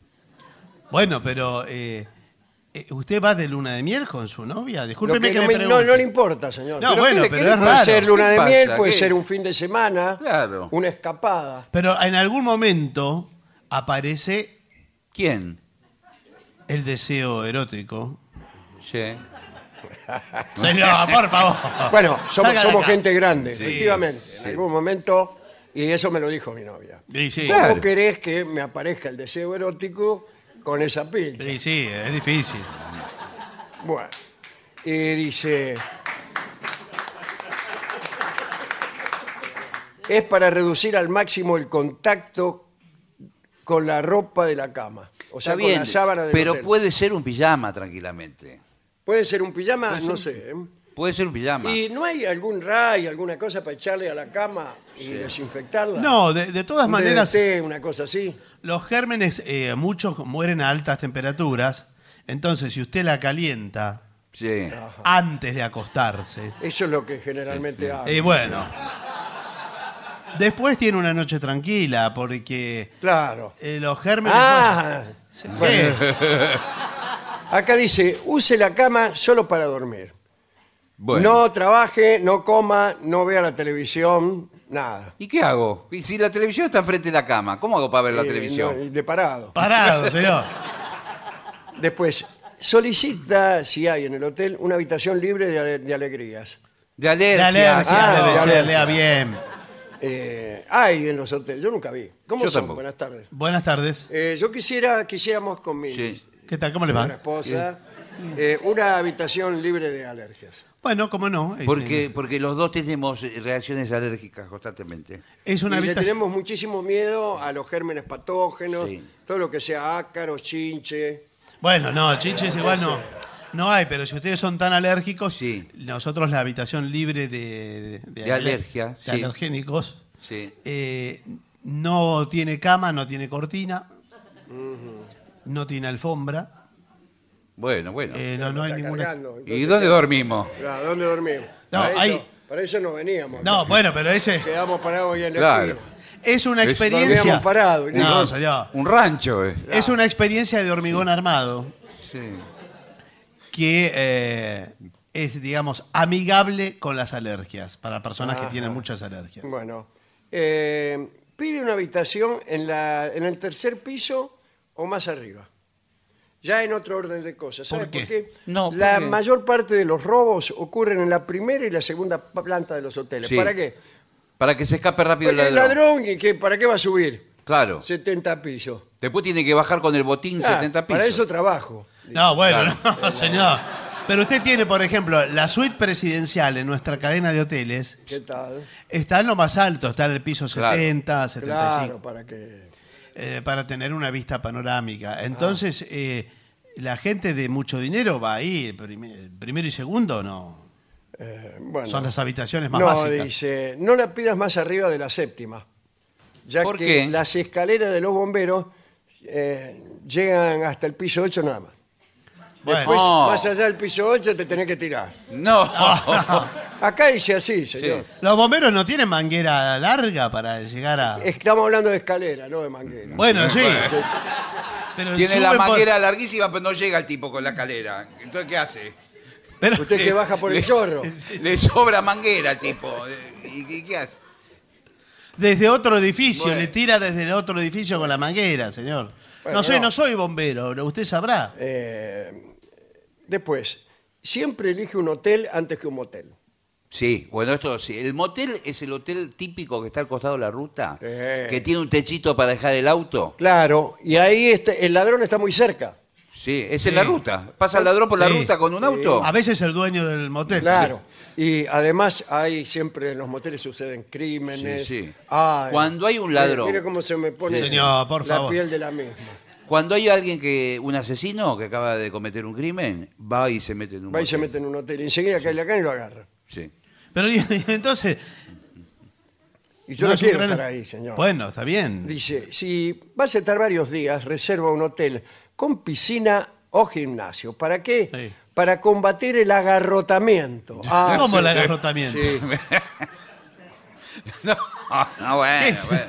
Speaker 4: Bueno, pero. eh, eh, ¿Usted va de luna de miel con su novia?
Speaker 1: Lo
Speaker 4: Discúlpeme
Speaker 1: que
Speaker 4: que,
Speaker 1: no,
Speaker 4: me
Speaker 1: me- no-
Speaker 4: pregunte.
Speaker 1: no le importa, señor.
Speaker 4: No,
Speaker 1: Pero
Speaker 4: bueno,
Speaker 3: ¿qué le-
Speaker 4: pero
Speaker 3: qué le
Speaker 4: es
Speaker 1: puede
Speaker 4: raro.
Speaker 1: ser luna de
Speaker 3: ¿Qué
Speaker 1: miel,
Speaker 3: pasa?
Speaker 1: puede
Speaker 3: ¿Qué?
Speaker 1: ser un fin de semana,
Speaker 3: Claro.
Speaker 1: una escapada.
Speaker 4: Pero en algún momento aparece
Speaker 3: ¿Quién?
Speaker 4: el deseo erótico.
Speaker 3: Sí.
Speaker 4: Señor, por favor.
Speaker 1: Bueno, somos,
Speaker 4: Salga de
Speaker 1: somos
Speaker 4: acá.
Speaker 1: gente grande, efectivamente. En algún momento Y eso me lo dijo mi novia.
Speaker 4: Sí, sí.
Speaker 6: Claro.
Speaker 1: ¿Cómo querés que me aparezca el deseo erótico con esa pilcha?
Speaker 4: Sí, sí, es difícil.
Speaker 1: Bueno, y dice... Es para reducir al máximo el contacto con la ropa de la cama. O sea,
Speaker 3: Está
Speaker 1: con
Speaker 3: bien,
Speaker 1: la sábana del
Speaker 3: pero
Speaker 1: hotel.
Speaker 3: puede ser un pijama tranquilamente.
Speaker 1: Puede ser un pijama, no sé. ¿eh?
Speaker 3: Puede ser un pijama.
Speaker 1: ¿Y no hay algún ray, alguna cosa para echarle a la cama y desinfectarla?
Speaker 4: No, de, de todas
Speaker 1: Un
Speaker 4: maneras,
Speaker 1: DDT, una cosa así.
Speaker 4: los gérmenes, eh, muchos mueren a altas temperaturas. Entonces, si usted la calienta
Speaker 3: Sí.
Speaker 4: antes de acostarse,
Speaker 1: Eso es lo que generalmente hago.
Speaker 4: eh, bueno. Después tiene una noche tranquila, porque
Speaker 1: Claro.
Speaker 4: eh, los gérmenes.
Speaker 1: Ah,
Speaker 4: bueno,
Speaker 1: bueno.
Speaker 4: eh,
Speaker 1: acá dice, use la cama solo para dormir.
Speaker 3: Bueno.
Speaker 1: No trabaje, no coma, no vea la televisión, nada.
Speaker 3: ¿Y qué hago? Y si la televisión está enfrente de la cama, ¿cómo hago para ver la
Speaker 1: Eh,
Speaker 3: televisión?
Speaker 1: no, de parado.
Speaker 4: parado, señor.
Speaker 1: Después, solicita, si hay en el hotel, una habitación libre de, ale- de alegrías.
Speaker 3: De alergia.
Speaker 4: La alergia
Speaker 1: Ah,
Speaker 4: debe
Speaker 1: de
Speaker 4: ser,
Speaker 1: alergia.
Speaker 4: lea bien.
Speaker 1: Eh, hay en los hoteles, yo nunca vi. ¿Cómo
Speaker 3: Yo
Speaker 1: son?
Speaker 3: tampoco.
Speaker 1: Buenas tardes.
Speaker 4: Buenas tardes.
Speaker 1: Eh, yo quisiera que hiciéramos con mi
Speaker 3: Sí.
Speaker 4: ¿Qué tal? ¿Cómo le
Speaker 1: señora
Speaker 4: va?
Speaker 1: esposa eh, una habitación libre de alergias.
Speaker 4: Bueno, cómo no. Es,
Speaker 3: Porque,
Speaker 4: eh,
Speaker 3: porque los dos tenemos eh, reacciones alérgicas constantemente.
Speaker 4: es una
Speaker 1: y le
Speaker 4: habitación.
Speaker 1: tenemos muchísimo miedo a los gérmenes patógenos,
Speaker 3: Sí.
Speaker 1: todo lo que sea ácaros, chinche.
Speaker 4: Bueno, no, chinches igual no. No hay, pero si ustedes son tan alérgicos,
Speaker 3: Sí.
Speaker 4: nosotros la habitación libre de,
Speaker 3: De alergia,
Speaker 4: de
Speaker 3: sí.
Speaker 4: alergénicos
Speaker 3: Sí.
Speaker 4: eh, no tiene cama, no tiene cortina, no tiene alfombra,
Speaker 3: Bueno, bueno.
Speaker 4: eh, no, no hay
Speaker 1: Está
Speaker 4: ninguna.
Speaker 1: cargando,
Speaker 3: ¿Y
Speaker 1: entonces,
Speaker 3: dónde dormimos?
Speaker 1: claro, ¿Dónde dormimos?
Speaker 4: No,
Speaker 1: para, eso,
Speaker 4: hay-
Speaker 1: para eso no veníamos.
Speaker 4: No, bueno, pero ese
Speaker 1: Quedamos parados hoy en la
Speaker 3: Claro.
Speaker 1: esquina.
Speaker 4: es una
Speaker 3: Es-
Speaker 4: experiencia.
Speaker 1: dormíamos parado, y
Speaker 4: No,
Speaker 1: nada.
Speaker 4: señor.
Speaker 3: Un rancho, eh.
Speaker 4: Es una experiencia de hormigón armado
Speaker 3: Sí.
Speaker 4: que eh, es, digamos, amigable con las alergias, para personas que tienen muchas alergias.
Speaker 1: Bueno, eh, pide una habitación en, la, en el tercer piso o más arriba. Ya en otro orden de cosas. ¿Sabes
Speaker 4: ¿Por
Speaker 1: por
Speaker 4: qué?
Speaker 1: qué?
Speaker 3: No, ¿por
Speaker 1: la
Speaker 3: qué?
Speaker 1: mayor parte de los robos ocurren en la primera y la segunda planta de los hoteles.
Speaker 3: Sí.
Speaker 1: ¿Para qué?
Speaker 3: Para que se escape rápido el
Speaker 1: Porque
Speaker 3: ladrón.
Speaker 1: el ladrón, ¿y qué? ¿para qué va a subir?
Speaker 3: Claro.
Speaker 1: 70 pisos.
Speaker 3: Después tiene que bajar con el botín
Speaker 1: Ah,
Speaker 3: 70 pisos.
Speaker 1: Para eso trabajo.
Speaker 4: No, bueno, no, señor. Pero usted tiene, por ejemplo, la suite presidencial en nuestra cadena de hoteles.
Speaker 1: ¿Qué tal?
Speaker 4: Está en lo más alto, está en el piso
Speaker 3: Claro.
Speaker 4: 70, 75,
Speaker 1: Claro, para que...
Speaker 4: eh, para tener una vista panorámica.
Speaker 1: Ah.
Speaker 4: Entonces, eh, la gente de mucho dinero va ahí, primi- primero y segundo, ¿no?
Speaker 1: eh, bueno.
Speaker 4: Son las habitaciones más
Speaker 1: No,
Speaker 4: básicas.
Speaker 1: dice, no la pidas más arriba de la séptima, ya
Speaker 3: ¿Por
Speaker 1: que
Speaker 3: qué?
Speaker 1: las escaleras de los bomberos eh, llegan hasta el piso 8 nada más.
Speaker 4: Bueno,
Speaker 1: Después,
Speaker 3: No.
Speaker 1: más allá del piso 8 te tenés que tirar.
Speaker 3: No.
Speaker 1: Acá dice así, señor.
Speaker 4: los bomberos no tienen manguera larga para llegar a...
Speaker 1: Estamos hablando de escalera, no de manguera.
Speaker 4: Bueno, sí. Pero
Speaker 3: Tiene la
Speaker 4: suben por-
Speaker 3: manguera larguísima, pero no llega el tipo con la calera. Entonces, ¿qué hace?
Speaker 4: pero- eh,
Speaker 1: Usted
Speaker 3: eh,
Speaker 1: que baja por el chorro.
Speaker 3: Le sobra manguera, tipo. ¿Y y qué hace?
Speaker 4: Desde otro edificio,
Speaker 3: Bueno.
Speaker 4: le tira desde el otro edificio con la manguera, señor.
Speaker 1: Bueno,
Speaker 4: no sé,
Speaker 1: no.
Speaker 4: no. soy bombero, pero usted sabrá.
Speaker 1: Eh, después, siempre elige un hotel antes que un motel.
Speaker 3: Sí, bueno, esto sí. El motel es el hotel típico que está al costado de la ruta,
Speaker 1: Sí.
Speaker 3: que tiene un techito para dejar el auto.
Speaker 1: Claro, y ahí está- el ladrón está muy cerca.
Speaker 3: Sí, es en la ruta. Pasa el ladrón por la
Speaker 4: Sí.
Speaker 3: ruta con un auto.
Speaker 4: A veces el dueño del motel.
Speaker 1: Claro. Y además hay siempre en los moteles suceden crímenes.
Speaker 3: Sí, sí.
Speaker 1: Ay,
Speaker 3: Cuando hay un
Speaker 1: mire-
Speaker 3: ladrón.
Speaker 1: Mire cómo se me pone
Speaker 4: Señor, por
Speaker 1: la
Speaker 4: favor.
Speaker 1: piel de la misma.
Speaker 3: Cuando hay alguien que, un asesino que acaba de cometer un crimen, va y se mete en un
Speaker 1: Va y se
Speaker 3: motel.
Speaker 1: mete en un hotel. Enseguida cae la cana y lo agarra.
Speaker 3: Sí.
Speaker 4: Pero y- y entonces.
Speaker 1: Y yo no,
Speaker 4: es un
Speaker 1: quiero
Speaker 4: gran-
Speaker 1: estar ahí, señor.
Speaker 4: Bueno, está bien.
Speaker 1: Dice, si vas a estar varios días, reserva un hotel con piscina o gimnasio. ¿Para qué?
Speaker 4: Sí.
Speaker 1: Para combatir el agarrotamiento. Ah,
Speaker 4: ¿Cómo
Speaker 1: sí.
Speaker 4: el agarrotamiento?
Speaker 1: Sí.
Speaker 3: No, no, bueno,
Speaker 4: Ah, ¿Qué es-
Speaker 3: bueno.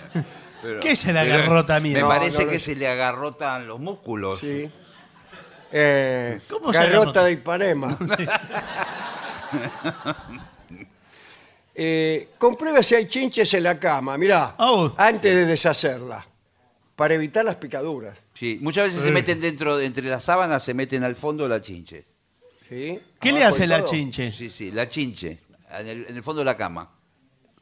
Speaker 3: Pero-
Speaker 4: qué es el
Speaker 3: pero
Speaker 4: agarrotamiento?
Speaker 3: Me
Speaker 4: No,
Speaker 3: parece
Speaker 1: no lo
Speaker 3: que
Speaker 1: sé.
Speaker 3: se le agarrotan los músculos.
Speaker 1: Sí. Eh,
Speaker 4: ¿Cómo se
Speaker 1: Garrota
Speaker 4: llama?
Speaker 1: de Ipanema. Eh, comprueba si hay chinches en la cama, mirá,
Speaker 4: Au.
Speaker 1: antes de deshacerla, para evitar las picaduras.
Speaker 3: Sí, Muchas veces se meten dentro, de- entre las sábanas, se meten al fondo la chinche.
Speaker 1: ¿sí?
Speaker 4: ¿Qué le
Speaker 1: Abajo
Speaker 4: hace
Speaker 1: y
Speaker 4: la
Speaker 1: Ah, pues todo.
Speaker 4: chinche?
Speaker 3: Sí, sí, la chinche, en el, en el fondo de la cama.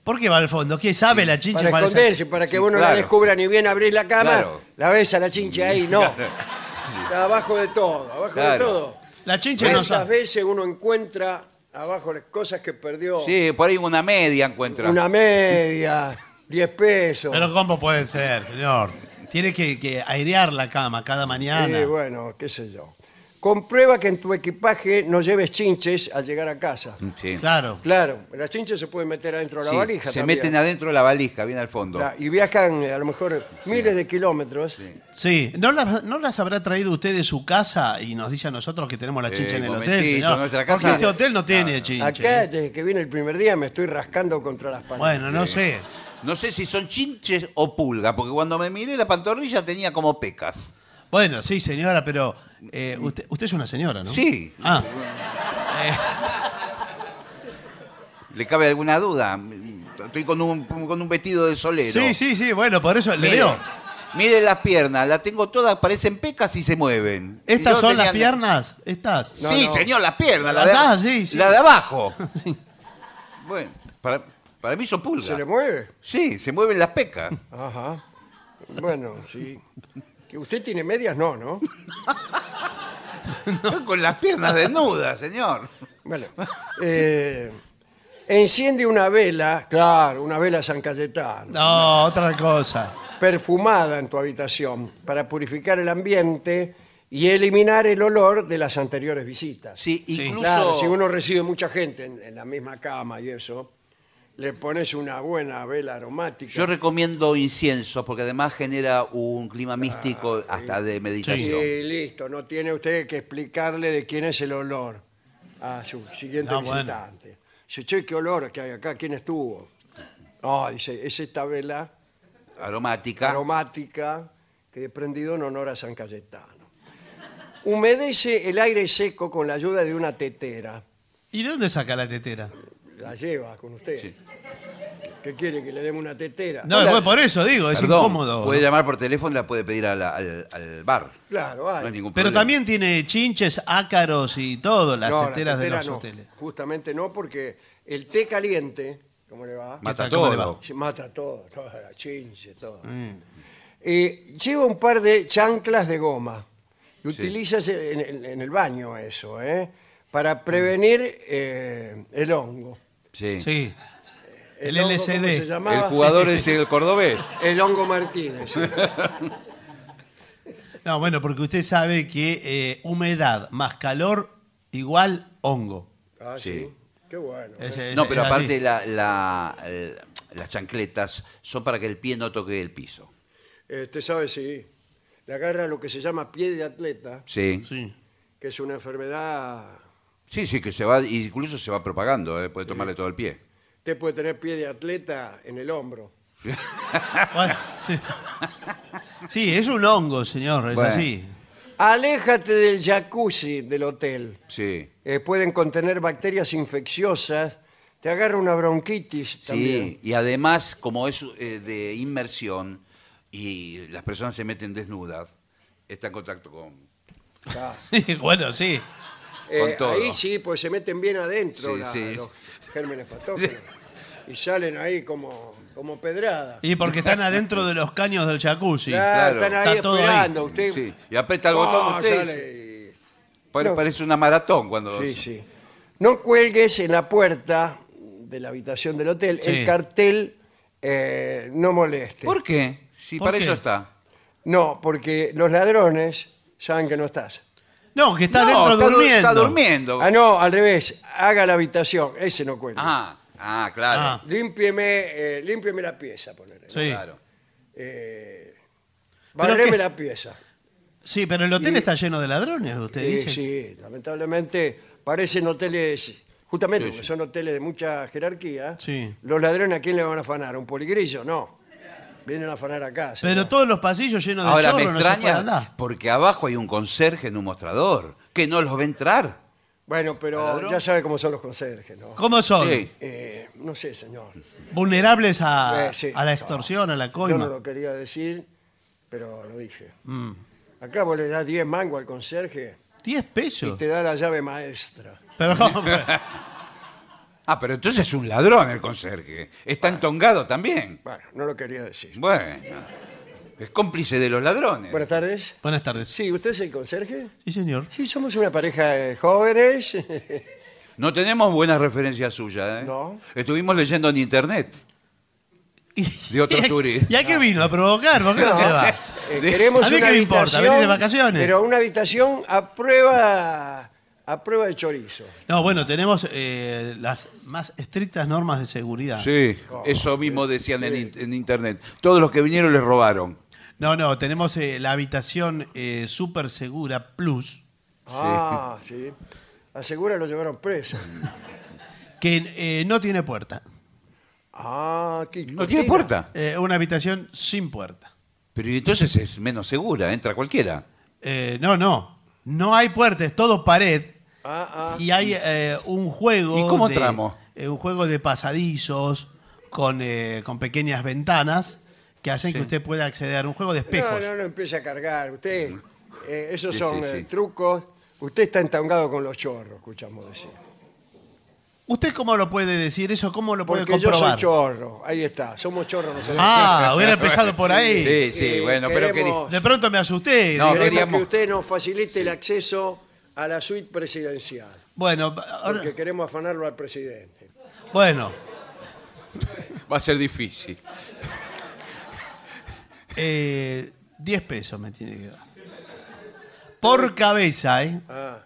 Speaker 4: ¿Por qué va al fondo? ¿Quién sabe la chinche?
Speaker 1: Para
Speaker 4: cuál es?
Speaker 1: esconderse, para que uno la
Speaker 3: claro.
Speaker 1: descubra ni bien abrir la cama,
Speaker 3: Claro.
Speaker 1: la ves a la chinche ahí, no. Está abajo de todo, abajo
Speaker 3: Claro.
Speaker 1: de todo.
Speaker 4: La chinche no
Speaker 1: Muchas
Speaker 4: sabe.
Speaker 1: veces uno encuentra abajo las cosas que perdió.
Speaker 3: Sí, por ahí una media encuentra.
Speaker 1: Una media, 10 pesos.
Speaker 4: Pero ¿cómo puede ser, señor? Tiene que, que airear la cama cada mañana.
Speaker 1: Sí, bueno, qué sé yo. Comprueba que en tu equipaje no lleves chinches al llegar a casa.
Speaker 3: Sí.
Speaker 4: Claro.
Speaker 1: Claro, las chinches se pueden meter adentro de la
Speaker 3: Mm. Sí,
Speaker 1: valija.
Speaker 3: se
Speaker 1: también.
Speaker 3: meten adentro de la valija, bien al fondo.
Speaker 1: Claro, Y viajan eh, a lo mejor miles de kilómetros.
Speaker 4: Sí. ¿No las, ¿No las habrá traído usted de su casa y nos dice a nosotros que tenemos la
Speaker 3: Eh,
Speaker 4: chinche en el
Speaker 3: momentito,
Speaker 4: hotel, señor?
Speaker 3: nuestra
Speaker 4: Porque
Speaker 3: casa- Ah.
Speaker 4: este hotel no tiene chinche.
Speaker 1: Acá, desde que vine el primer día, me estoy rascando contra las paredes.
Speaker 4: Bueno, no sé.
Speaker 3: No sé si son chinches o pulga, porque cuando me miré la pantorrilla tenía como pecas.
Speaker 4: Bueno, sí, señora, pero eh, usted, usted es una señora, ¿no?
Speaker 3: Sí.
Speaker 4: Ah,
Speaker 3: ¿Le cabe alguna duda? Estoy con un, con un vestido de solero.
Speaker 4: sí, sí, sí, bueno, por eso le
Speaker 3: Mire,
Speaker 4: digo.
Speaker 3: mire las piernas, las tengo todas, parecen pecas y se mueven.
Speaker 4: ¿Estas
Speaker 3: Yo
Speaker 4: son las
Speaker 3: tenía-
Speaker 4: piernas? ¿Estas?
Speaker 1: No,
Speaker 3: sí,
Speaker 1: no.
Speaker 3: señor, las piernas. La de,
Speaker 4: Ah, sí, sí.
Speaker 3: la de abajo.
Speaker 4: Sí.
Speaker 3: Bueno, para, para mí son
Speaker 1: ¿Se
Speaker 3: pulgas.
Speaker 1: le mueve?
Speaker 3: Sí, se mueven las pecas.
Speaker 1: Ajá. Bueno, sí. ¿Que ¿Usted tiene medias? No, ¿no?
Speaker 3: Yo Con las piernas desnudas, señor.
Speaker 1: Bueno. eh, enciende una vela, claro, una vela San Cayetano,
Speaker 4: No, otra cosa.
Speaker 1: perfumada en tu habitación para purificar el ambiente y eliminar el olor de las anteriores visitas.
Speaker 3: Sí,
Speaker 4: Sí.
Speaker 3: incluso.
Speaker 1: Claro, si uno recibe mucha gente en, en la misma cama y eso, le pones una buena vela aromática.
Speaker 3: Yo recomiendo incienso porque además genera un
Speaker 1: Ah,
Speaker 3: clima místico hasta de meditación.
Speaker 1: Y listo, no tiene usted que explicarle de quién es el olor a su
Speaker 3: Ah,
Speaker 1: siguiente
Speaker 4: No, bueno.
Speaker 1: visitante. Dice, che, qué olor que hay acá, quién estuvo. No, dice, es esta vela
Speaker 3: Aromática.
Speaker 1: aromática que he prendido en honor a San Cayetano. Humedece el aire seco con la ayuda de una tetera.
Speaker 4: ¿Y de dónde saca la tetera?
Speaker 1: La lleva con usted. ¿Qué quiere? ¿Que le demos una tetera?
Speaker 4: No,
Speaker 1: Hola.
Speaker 4: bueno, por eso digo, es
Speaker 3: Perdón,
Speaker 4: incómodo.
Speaker 3: Puede llamar por teléfono, la puede pedir a la- al, al bar.
Speaker 1: Claro, hay.
Speaker 3: No hay ningún
Speaker 4: Pero
Speaker 3: problema.
Speaker 4: también tiene chinches, ácaros y todo, las
Speaker 1: No, la
Speaker 4: teteras de
Speaker 1: tetera
Speaker 4: los
Speaker 1: no,
Speaker 4: hoteles.
Speaker 1: Justamente no, porque el té caliente, ¿cómo le va?
Speaker 3: Mata
Speaker 4: ¿Qué tal? ¿Cómo le
Speaker 3: todo.
Speaker 1: Se mata todo, toda la chinche, todo.
Speaker 3: Mm.
Speaker 1: Eh, lleva un par de chanclas de goma y utilizas en, el- en el baño eso, ¿eh? Para prevenir eh, el hongo.
Speaker 3: Sí.
Speaker 4: Sí. El
Speaker 1: hongo,
Speaker 4: LSD.
Speaker 1: ¿cómo se llamaba?
Speaker 3: El jugador es el cordobés.
Speaker 1: El hongo Martínez. sí.
Speaker 4: No, bueno, porque usted sabe que eh, humedad más calor igual hongo.
Speaker 1: Ah, sí.
Speaker 3: Sí.
Speaker 1: Qué bueno. ¿eh?
Speaker 4: Es- es-
Speaker 3: No, pero
Speaker 4: es así.
Speaker 3: aparte la- la- eh, las chancletas son para que el pie no toque el piso.
Speaker 1: Este sabe si le agarra lo que se llama pie de atleta,
Speaker 3: Sí. Sí,
Speaker 4: Sí.
Speaker 1: que es una enfermedad
Speaker 3: sí, que se va, incluso se va propagando, eh, puede tomarle todo el pie.
Speaker 1: Usted puede tener pie de atleta en el hombro.
Speaker 4: Bueno, sí. Sí, es un hongo, señor, es
Speaker 3: Bueno.
Speaker 4: así.
Speaker 1: Aléjate del jacuzzi del hotel.
Speaker 3: Sí.
Speaker 1: Eh, pueden contener bacterias infecciosas. Te agarra una bronquitis
Speaker 3: Sí,
Speaker 1: también.
Speaker 3: y además, como es eh, de inmersión y las personas se meten desnudas, está en contacto con.
Speaker 1: Está.
Speaker 4: Sí, bueno, sí.
Speaker 1: Eh,
Speaker 3: Con todo.
Speaker 1: Ahí sí, pues se meten bien adentro
Speaker 3: Sí,
Speaker 1: la-
Speaker 3: sí.
Speaker 1: los gérmenes patógenos. Y salen ahí como, como pedrada.
Speaker 4: Y porque están adentro de los caños del jacuzzi.
Speaker 1: Claro,
Speaker 3: claro,
Speaker 1: están ahí
Speaker 4: está todo
Speaker 1: esperando. Usted
Speaker 3: Sí, y aprieta el botón
Speaker 1: Ah,
Speaker 3: usted. y-
Speaker 1: sale y-
Speaker 3: pare-
Speaker 1: No.
Speaker 3: Parece una maratón cuando.
Speaker 1: Sí, sí. No cuelgues en la puerta de la habitación del hotel
Speaker 4: Sí.
Speaker 1: el cartel eh, no moleste.
Speaker 3: ¿Por qué? Si
Speaker 4: ¿Por
Speaker 3: para
Speaker 4: qué?
Speaker 3: eso está.
Speaker 1: No, porque los ladrones saben que no estás.
Speaker 4: No, que está
Speaker 3: No,
Speaker 4: adentro
Speaker 3: está, du-
Speaker 4: durmiendo.
Speaker 3: está durmiendo.
Speaker 1: Ah, no, al revés. Haga la habitación. Ese no cuenta.
Speaker 3: Ah, ah, claro.
Speaker 4: Ah.
Speaker 1: Límpieme, eh, límpieme la pieza, ponele.
Speaker 4: Sí.
Speaker 3: claro.
Speaker 1: Eh,
Speaker 4: Pero
Speaker 1: barreme
Speaker 4: qué-
Speaker 1: la pieza.
Speaker 4: Sí, pero el hotel está lleno de ladrones, usted
Speaker 1: Sí,
Speaker 4: dice.
Speaker 1: sí, lamentablemente parecen hoteles, justamente porque son hoteles de mucha jerarquía.
Speaker 4: Sí.
Speaker 1: Los ladrones, ¿a quién le van a afanar? ¿Un poligrillo? No. Vienen a afanar acá.
Speaker 4: Pero
Speaker 1: señor.
Speaker 4: todos los pasillos llenos de
Speaker 3: Ahora me
Speaker 4: chorro, no se puede
Speaker 3: extraña
Speaker 4: andar.
Speaker 3: porque abajo hay un conserje en un mostrador que no los ve entrar.
Speaker 1: Bueno, pero ya sabe cómo son los conserjes, ¿no?
Speaker 4: ¿Cómo son?
Speaker 3: Sí.
Speaker 1: Eh, no sé, señor.
Speaker 4: ¿Vulnerables a,
Speaker 1: Eh, sí.
Speaker 4: a la extorsión, a la
Speaker 1: Yo
Speaker 4: coima? Mm.
Speaker 1: no lo quería decir, pero lo dije. Acá vos le das 10 mangos al conserje
Speaker 4: ¿Diez pesos?
Speaker 1: y te da la llave maestra.
Speaker 4: Pero, hombre,
Speaker 3: Ah, pero entonces es un ladrón el conserje. Está entongado también.
Speaker 1: Bueno, no lo quería decir.
Speaker 3: Bueno. Es cómplice de los ladrones.
Speaker 1: Buenas tardes.
Speaker 4: Buenas tardes. Sí,
Speaker 1: Sí, ¿usted es el conserje?
Speaker 4: señor.
Speaker 1: Sí, somos una pareja de jóvenes. Eh,
Speaker 3: No tenemos buenas referencias suyas, ¿eh?
Speaker 1: No.
Speaker 3: Estuvimos leyendo en internet. De otro
Speaker 4: ¿Y a-
Speaker 3: turista.
Speaker 4: ¿Y a qué vino? ¿A provocar? ¿Por qué no se va?
Speaker 1: Eh, queremos
Speaker 4: ¿A mí
Speaker 1: una
Speaker 4: qué me importa?
Speaker 1: habitación,
Speaker 4: ¿Venir de vacaciones?
Speaker 1: Pero una habitación a prueba, a prueba de chorizo.
Speaker 4: No, bueno, tenemos eh, las más estrictas normas de seguridad.
Speaker 3: Sí, eso mismo decían en, in- en internet. Todos los que vinieron les robaron.
Speaker 4: No, no, tenemos eh, la habitación eh, super segura plus,
Speaker 1: Ah, sí. Asegura lo llevaron preso.
Speaker 4: que eh, no tiene puerta.
Speaker 1: Ah, qué
Speaker 3: No tiene
Speaker 1: cortina.
Speaker 3: puerta.
Speaker 4: Eh, una habitación sin puerta.
Speaker 3: Pero y entonces es menos segura, entra cualquiera.
Speaker 4: Eh, no, no, no hay puerta, es todo pared.
Speaker 1: Ah, ah.
Speaker 4: Y hay eh, un juego.
Speaker 3: ¿Y cómo
Speaker 4: de-
Speaker 3: entramos?
Speaker 4: eh, un juego de pasadizos con, eh, con pequeñas ventanas que hacen que usted pueda acceder. Un juego de
Speaker 1: No,
Speaker 4: espejos.
Speaker 1: no, no empiece a cargar. Usted, eh, esos
Speaker 3: Sí,
Speaker 1: son
Speaker 3: sí,
Speaker 1: eh,
Speaker 3: sí.
Speaker 1: trucos. Usted está entangado con los chorros, escuchamos decir.
Speaker 4: ¿Usted cómo lo puede decir eso? ¿Cómo lo puede
Speaker 1: Porque yo soy
Speaker 4: comprobar?
Speaker 1: chorro. Ahí está. Somos chorros nosotros.
Speaker 4: ah, hubiera empezado por ahí.
Speaker 3: Sí, sí,
Speaker 1: Eh,
Speaker 3: bueno, pero
Speaker 1: queremos-
Speaker 4: De pronto me asusté.
Speaker 3: No,
Speaker 4: Digo,
Speaker 1: Queremos
Speaker 3: queríamos-
Speaker 1: que usted nos facilite el acceso a la suite presidencial.
Speaker 4: Bueno, ahora-
Speaker 1: Porque queremos afanarlo al presidente.
Speaker 4: bueno
Speaker 3: que va a ser difícil.
Speaker 4: eh, 10 pesos me tiene que dar. Por cabeza, ¿eh?
Speaker 1: Ah,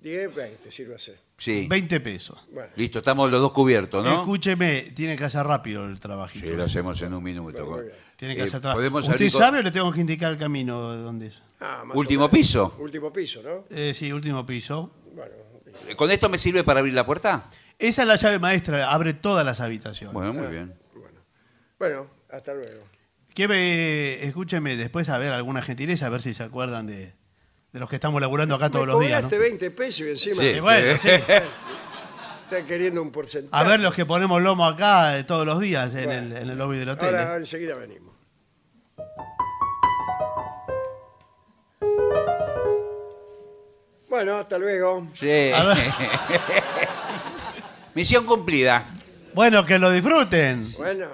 Speaker 1: 10, 20, sirve así.
Speaker 3: Sí.
Speaker 4: 20 pesos.
Speaker 1: Bueno,
Speaker 3: Listo, estamos los dos cubiertos, ¿no?
Speaker 4: Escúcheme, tiene que hacer rápido el trabajito.
Speaker 3: Sí, lo hacemos en un minuto.
Speaker 1: Bueno, muy bien.
Speaker 4: Tiene que
Speaker 3: Eh,
Speaker 4: hacer trabajo.
Speaker 3: podemos
Speaker 4: ¿Usted
Speaker 3: salir con-
Speaker 4: sabe o le tengo que indicar el camino de dónde es?
Speaker 1: ah, más o
Speaker 3: Último
Speaker 1: menos.
Speaker 3: piso.
Speaker 1: Último piso, ¿no?
Speaker 4: Eh, sí, último piso.
Speaker 1: Bueno,
Speaker 3: Eh, ¿Con esto me sirve para abrir la puerta?
Speaker 4: Esa es la llave maestra, abre todas las habitaciones.
Speaker 3: Bueno, muy bien.
Speaker 1: bueno, hasta luego.
Speaker 4: Que me- escúcheme después a ver alguna gentileza, a ver si se acuerdan de, de los que estamos laburando acá todos
Speaker 1: Me
Speaker 4: los días. ¿no?
Speaker 1: cobraste 20 pesos y encima
Speaker 3: Sí.
Speaker 4: Eh, bueno, sí.
Speaker 1: está queriendo un porcentaje.
Speaker 4: A ver los que ponemos lomo acá eh, todos los días en, el, en el lobby del hotel.
Speaker 1: Ahora
Speaker 4: eh.
Speaker 1: enseguida venimos. Bueno, hasta luego.
Speaker 3: Sí.
Speaker 4: eh. A ver.
Speaker 3: Misión cumplida.
Speaker 4: Bueno, que lo disfruten.
Speaker 1: Bueno,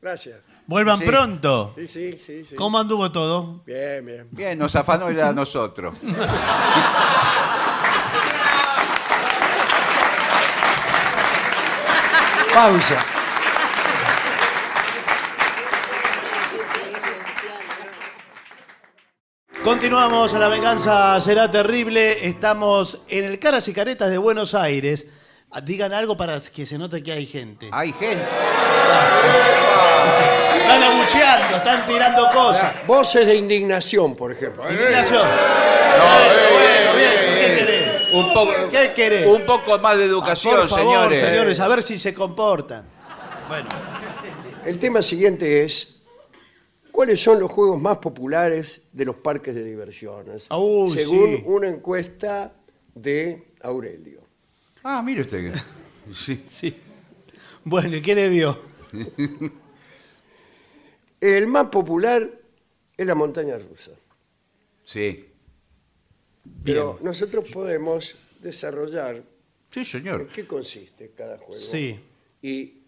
Speaker 1: gracias.
Speaker 4: Vuelvan
Speaker 3: Sí.
Speaker 4: pronto.
Speaker 1: Sí, sí, sí, sí.
Speaker 4: ¿Cómo anduvo todo?
Speaker 1: Bien, bien.
Speaker 3: Bien, nos afanó el a nosotros.
Speaker 1: Pausa.
Speaker 4: Continuamos, la venganza será terrible. Estamos en el Caras y Caretas de Buenos Aires. Ah, Digan algo para que se note que hay gente.
Speaker 3: Hay gente.
Speaker 4: Están abucheando, están tirando cosas.
Speaker 1: Ah, Voces de indignación, por ejemplo.
Speaker 4: Indignación. bueno, bien, ¿qué querés?
Speaker 3: eh, Un poco,
Speaker 4: ¿Qué querés?
Speaker 3: Un poco más de
Speaker 4: Ah,
Speaker 3: educación,
Speaker 4: por favor,
Speaker 3: señores.
Speaker 4: a ver si se comportan. Bueno,
Speaker 1: El tema siguiente es, ¿cuáles son los juegos más populares de los parques de diversiones?
Speaker 4: Ah, uy,
Speaker 1: según
Speaker 4: sí.
Speaker 1: una encuesta de Aurelio.
Speaker 3: Ah, mire usted. Sí.
Speaker 4: sí. Bueno, ¿y qué le vio?
Speaker 1: El más popular es la montaña rusa.
Speaker 3: Sí.
Speaker 1: Pero nosotros podemos desarrollar
Speaker 3: Sí,
Speaker 1: en
Speaker 3: señor.
Speaker 1: qué consiste cada juego.
Speaker 4: Sí.
Speaker 1: Y eh,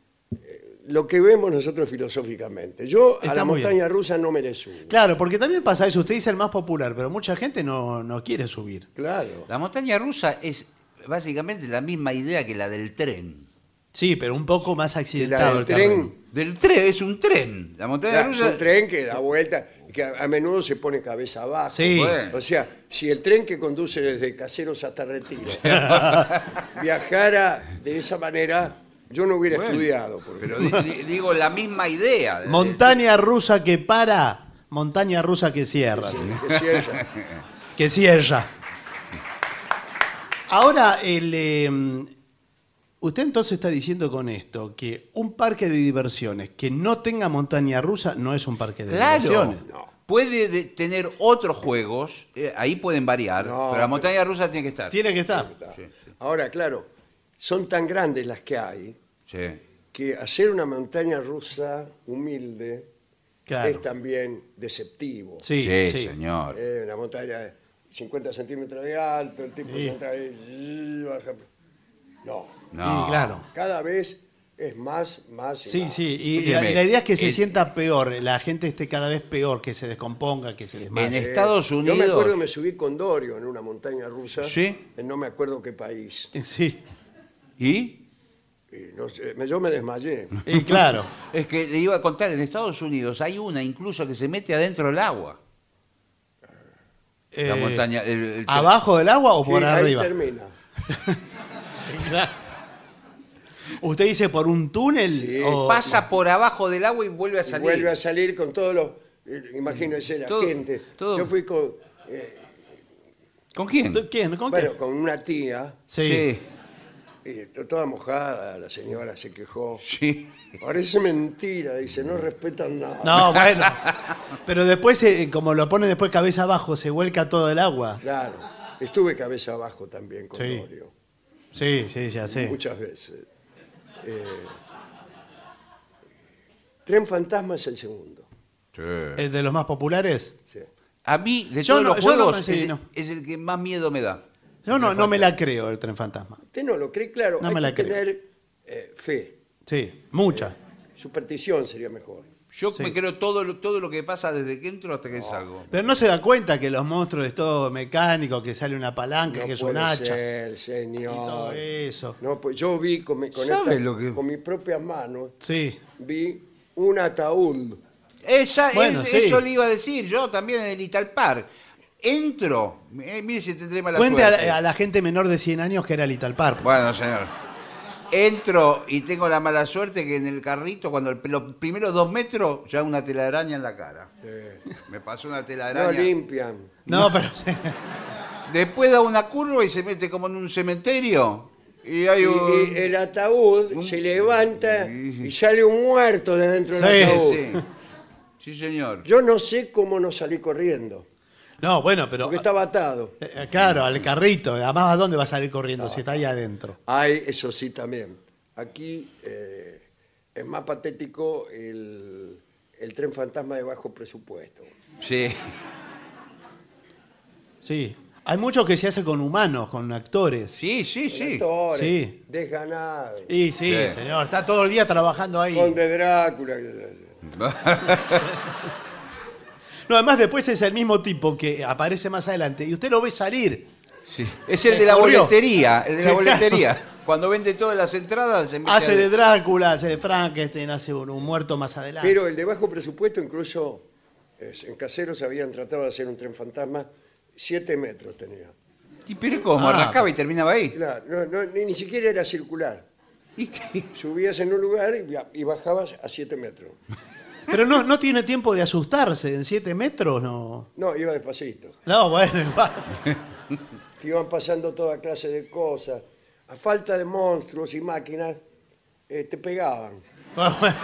Speaker 1: lo que vemos nosotros filosóficamente. Yo a
Speaker 4: Está
Speaker 1: la
Speaker 4: muy bien.
Speaker 1: montaña rusa no me le subo.
Speaker 4: Claro, porque también pasa eso. Usted dice el más popular, pero mucha gente no, no quiere subir.
Speaker 1: Claro.
Speaker 3: La montaña rusa es básicamente la misma idea que la del tren.
Speaker 4: Sí, pero un poco más
Speaker 1: Y la
Speaker 4: accidentado
Speaker 1: del
Speaker 4: el terreno.
Speaker 1: tren,
Speaker 3: Del tren, es un tren. La montaña
Speaker 1: claro, es
Speaker 3: rusa.
Speaker 1: un tren que da vuelta, y que a a menudo se pone cabeza abajo.
Speaker 4: Sí.
Speaker 3: Bueno.
Speaker 1: O sea, si el tren que conduce desde Caseros hasta Retiro viajara de esa manera, yo no hubiera
Speaker 3: Bueno,
Speaker 1: estudiado. por
Speaker 3: Pero
Speaker 1: ejemplo.
Speaker 3: di- di- digo, la misma idea.
Speaker 4: Montaña rusa que para, montaña rusa que cierra. señor.
Speaker 1: Que si ella-
Speaker 4: Que cierra. Ahora, el, eh, usted entonces está diciendo con esto que un parque de diversiones que no tenga montaña rusa no es un parque de
Speaker 3: Claro.
Speaker 4: diversiones.
Speaker 3: Puede de- tener otros juegos, eh, ahí pueden variar,
Speaker 1: No,
Speaker 3: pero la montaña rusa tiene que estar.
Speaker 4: Tiene que estar.
Speaker 1: Ahora, claro, son tan grandes las que hay
Speaker 3: Sí.
Speaker 1: que hacer una montaña rusa humilde es
Speaker 4: Claro.
Speaker 1: también deceptivo.
Speaker 4: Sí,
Speaker 3: Sí,
Speaker 4: sí.
Speaker 3: señor.
Speaker 1: Eh, una montaña de 50 centímetros de alto, el tipo
Speaker 4: Sí.
Speaker 1: senta ahí, y baja. No.
Speaker 3: No.
Speaker 4: Y claro.
Speaker 1: Cada vez es más, más. y
Speaker 4: Sí,
Speaker 1: más.
Speaker 4: sí. Y la,
Speaker 3: Escúcheme,
Speaker 4: la idea es que se
Speaker 3: el-
Speaker 4: sienta peor, la gente esté cada vez peor, que se descomponga, que se
Speaker 3: En
Speaker 4: desmaye.
Speaker 1: Eh,
Speaker 3: Estados Unidos.
Speaker 1: Yo me acuerdo que me subí con Dorio en una montaña rusa.
Speaker 3: Sí.
Speaker 1: En no me acuerdo qué país.
Speaker 4: Sí,
Speaker 3: ¿Y?
Speaker 1: Y no sé, me- yo me desmayé.
Speaker 4: y claro.
Speaker 3: Es que le iba a contar, en Estados Unidos hay una incluso que se mete adentro del agua. la
Speaker 4: Eh,
Speaker 3: montaña. el- el-
Speaker 4: ¿Abajo del agua o por
Speaker 1: Sí,
Speaker 4: arriba?
Speaker 1: Ahí termina.
Speaker 4: Claro. ¿Usted dice por un túnel?
Speaker 1: Sí.
Speaker 4: o-
Speaker 3: Pasa por abajo del agua y vuelve a
Speaker 1: Y
Speaker 3: salir.
Speaker 1: vuelve a salir con todos los. eh, Imagínense la
Speaker 3: Todo-
Speaker 1: gente.
Speaker 3: todo-
Speaker 1: Yo fui con,
Speaker 3: ¿Con quién?
Speaker 4: ¿Tú- ¿Quién? ¿Con
Speaker 1: bueno,
Speaker 4: quién?
Speaker 1: con una tía,
Speaker 4: Sí.
Speaker 1: y to- toda mojada, la señora se quejó.
Speaker 3: Sí.
Speaker 1: Parece mentira, dice, no respetan nada.
Speaker 4: No, bueno. Pero después, eh, como lo pone después cabeza abajo, se vuelca todo el agua.
Speaker 1: Claro, estuve cabeza abajo también con
Speaker 4: Sí.
Speaker 1: Dorio,
Speaker 4: Sí, sí, ya sé.
Speaker 1: muchas veces. Eh, Tren Fantasma es el segundo.
Speaker 4: ¿Es de los más populares?
Speaker 1: sí.
Speaker 3: A mí, de
Speaker 4: Yo
Speaker 3: todos
Speaker 4: no-
Speaker 3: los
Speaker 4: yo no
Speaker 3: juegos,
Speaker 4: pensé que
Speaker 3: es,
Speaker 4: no.
Speaker 3: es el que más miedo me da.
Speaker 4: Yo no, no me la creo, el tren fantasma.
Speaker 1: Usted no lo cree, claro,
Speaker 4: No
Speaker 1: hay
Speaker 4: me la
Speaker 1: que
Speaker 4: creo.
Speaker 1: tener eh, fe,
Speaker 4: Sí, mucha.
Speaker 1: superstición sería mejor.
Speaker 3: Yo
Speaker 4: Sí.
Speaker 3: me creo todo lo, todo lo que pasa desde que entro hasta que salgo.
Speaker 4: Pero no se da cuenta que los monstruos es todo mecánico, que sale una palanca,
Speaker 1: No
Speaker 4: que es
Speaker 1: puede
Speaker 4: un hacha.
Speaker 1: ser,
Speaker 4: Y todo
Speaker 1: señor.
Speaker 4: eso.
Speaker 1: No, pues yo vi con, mi- con,
Speaker 3: ¿Sabe
Speaker 1: esta-
Speaker 3: lo que-
Speaker 1: con mis propias manos,
Speaker 4: Sí.
Speaker 1: vi un ataúd.
Speaker 3: Esa,
Speaker 4: Bueno,
Speaker 3: es-
Speaker 4: sí.
Speaker 3: Eso le iba a decir yo también en el Ital Park. Entro. eh, mire si tendré mala
Speaker 4: Cuente a
Speaker 3: suerte.
Speaker 4: la, a la gente menor de 100 años que era Little Park.
Speaker 3: Bueno, señor. Entro y tengo la mala suerte que en el carrito, cuando el- los primeros dos metros, ya una telaraña en la cara.
Speaker 1: Eh,
Speaker 3: Me pasó una
Speaker 1: no
Speaker 3: telaraña.
Speaker 1: limpian.
Speaker 4: No, pero sí.
Speaker 3: Después da una curva y se mete como en un cementerio. Y hay
Speaker 1: Y,
Speaker 3: un...
Speaker 1: y el ataúd se levanta y sale un muerto de dentro del
Speaker 4: Sí,
Speaker 1: ataúd.
Speaker 3: Sí. Sí, señor.
Speaker 1: Yo no sé cómo no salí corriendo,
Speaker 4: No, bueno, pero.
Speaker 1: porque estaba atado.
Speaker 4: Eh, Claro, al carrito. Además, ¿a dónde va a salir corriendo si está ahí adentro?
Speaker 1: Ay, eso sí también. Aquí eh, es más patético el, el tren fantasma de bajo presupuesto.
Speaker 3: Sí.
Speaker 4: Sí. Hay muchos que se hace con humanos, con actores.
Speaker 3: Sí, sí, sí.
Speaker 1: Actores,
Speaker 4: Sí.
Speaker 1: desganados,
Speaker 4: Y sí,
Speaker 3: Sí.
Speaker 4: señor, está todo el día trabajando ahí.
Speaker 1: con de Drácula.
Speaker 4: No, además después es el mismo tipo que aparece más adelante y usted lo ve salir.
Speaker 3: Sí. Es el de la
Speaker 4: Corrió.
Speaker 3: boletería. El de
Speaker 4: Claro.
Speaker 3: la boletería. Cuando vende todas las entradas, se mete
Speaker 4: Hace
Speaker 3: al-
Speaker 4: de Drácula, hace de Frankenstein, hace un, un muerto más adelante.
Speaker 1: Pero el de bajo presupuesto, incluso eh, en caseros habían tratado de hacer un tren fantasma, siete metros tenía.
Speaker 3: ¿Y pero cómo?
Speaker 4: Ah.
Speaker 3: Arrancaba y terminaba ahí.
Speaker 1: Claro, no, no, ni, ni siquiera era circular.
Speaker 3: ¿Y qué?
Speaker 1: Subías en un lugar y, bia- y bajabas a siete metros.
Speaker 4: Pero no, no tiene tiempo de asustarse, en siete metros no.
Speaker 1: No, iba despacito.
Speaker 4: No, bueno, igual.
Speaker 1: Te iban pasando toda clase de cosas. A falta de monstruos y máquinas, eh, te pegaban.
Speaker 4: Bueno, bueno.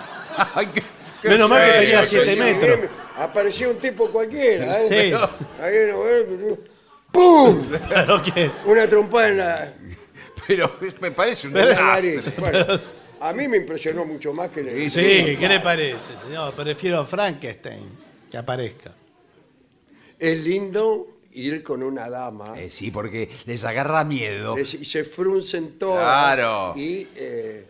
Speaker 3: Ay, qué- qué
Speaker 4: Menos mal que
Speaker 3: feo.
Speaker 4: tenía
Speaker 1: Sí,
Speaker 4: siete
Speaker 1: sí,
Speaker 4: metros.
Speaker 1: bien, Aparecía un tipo cualquiera. ¿eh?
Speaker 4: Sí.
Speaker 1: Ahí no, eh, ¡Pum!
Speaker 4: Pero qué es.
Speaker 1: Una trompada en la,
Speaker 3: Pero me parece un
Speaker 1: en la
Speaker 3: desastre.
Speaker 1: nariz. Bueno, a mí me impresionó mucho más que el-
Speaker 3: Sí,
Speaker 4: Sí, ¿qué le parece, señor? Prefiero a Frankenstein que aparezca.
Speaker 1: Es lindo ir con una dama.
Speaker 3: Eh, sí, porque les agarra miedo.
Speaker 1: Es- y se fruncen todas.
Speaker 3: Claro.
Speaker 1: Y eh,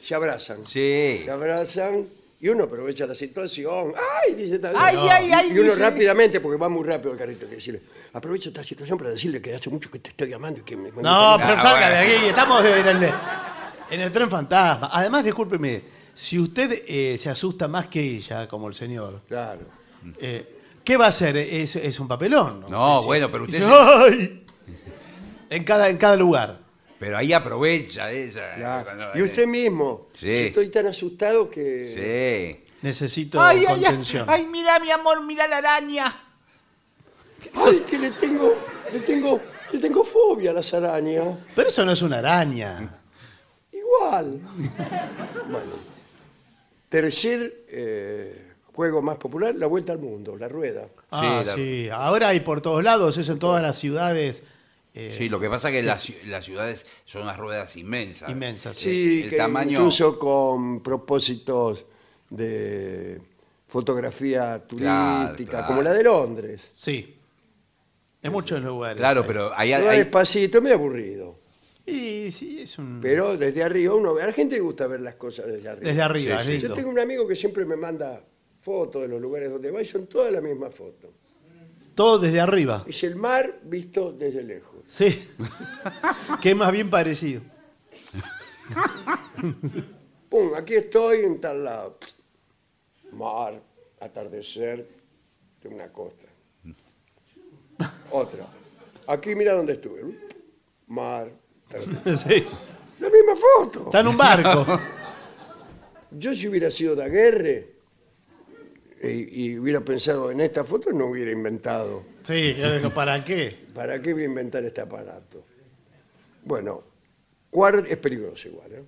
Speaker 1: se abrazan.
Speaker 3: Sí.
Speaker 1: Se abrazan y uno aprovecha la situación. ¡Ay! Dice tal.
Speaker 3: Ay, ay, ay,
Speaker 1: Y uno
Speaker 3: dice.
Speaker 1: rápidamente, porque va muy rápido el carrito, que decirle, aprovecho esta situación para decirle que hace mucho que te estoy llamando y que me... me
Speaker 4: No,
Speaker 1: gusta-
Speaker 4: pero
Speaker 3: Ah,
Speaker 4: salga de
Speaker 3: bueno.
Speaker 4: aquí, estamos en el, en el tren fantasma. Además, discúlpeme, si usted eh, se asusta más que ella, como el señor,
Speaker 1: Claro.
Speaker 4: eh, ¿qué va a hacer? Es, es un papelón.
Speaker 3: No,
Speaker 4: Dice-
Speaker 3: bueno, pero usted
Speaker 4: dice,
Speaker 3: se-
Speaker 4: "Ay". En cada, en cada lugar.
Speaker 3: Pero ahí aprovecha ella. eh,
Speaker 1: claro.
Speaker 3: cuando-
Speaker 1: Y usted mismo.
Speaker 3: Sí.
Speaker 1: Dice, Estoy tan asustado que...
Speaker 3: Sí.
Speaker 4: Necesito contención.
Speaker 3: mira mi amor, mira la araña.
Speaker 1: Ay, que le tengo, le tengo, le tengo fobia a las arañas.
Speaker 4: Pero eso no es una araña.
Speaker 1: Igual. bueno. Tercer eh, juego más popular, la vuelta al mundo, la rueda.
Speaker 4: Ah,
Speaker 3: Sí, la-
Speaker 4: sí. Ahora hay por todos lados, eso en todas las ciudades. eh,
Speaker 3: Sí, lo que pasa es que las, ci- las ciudades son unas ruedas inmensas. Eh,
Speaker 4: Inmensas,
Speaker 1: Sí,
Speaker 3: el
Speaker 1: que
Speaker 3: tamaño.
Speaker 1: incluso con propósitos de fotografía turística,
Speaker 3: claro.
Speaker 1: como la de Londres.
Speaker 4: sí. En muchos lugares.
Speaker 3: Claro,
Speaker 4: hay.
Speaker 3: pero ahí,
Speaker 1: Va
Speaker 3: ahí-
Speaker 1: despacito, medio aburrido.
Speaker 4: Y sí, es un.
Speaker 1: Pero desde arriba uno ve. A la gente le gusta ver las cosas desde arriba.
Speaker 4: Desde arriba,
Speaker 2: Sí,
Speaker 4: es
Speaker 2: sí.
Speaker 4: lindo.
Speaker 1: Yo tengo un amigo que siempre me manda fotos de los lugares donde va y son todas las mismas fotos.
Speaker 4: Todo desde arriba.
Speaker 1: Es el mar visto desde lejos.
Speaker 4: Sí. que es más bien parecido.
Speaker 1: Pum, aquí estoy en tal lado. Mar, atardecer de una costa. Otra. Aquí mira dónde estuve. Mar, atardecer.
Speaker 4: Sí.
Speaker 1: La misma foto.
Speaker 4: Está en un barco.
Speaker 1: Yo si hubiera sido Daguerre eh, y hubiera pensado en esta foto, no hubiera inventado.
Speaker 4: Sí, yo digo, ¿para qué?
Speaker 1: ¿Para qué voy a inventar este aparato? Bueno, cuar- es peligroso igual, ¿eh?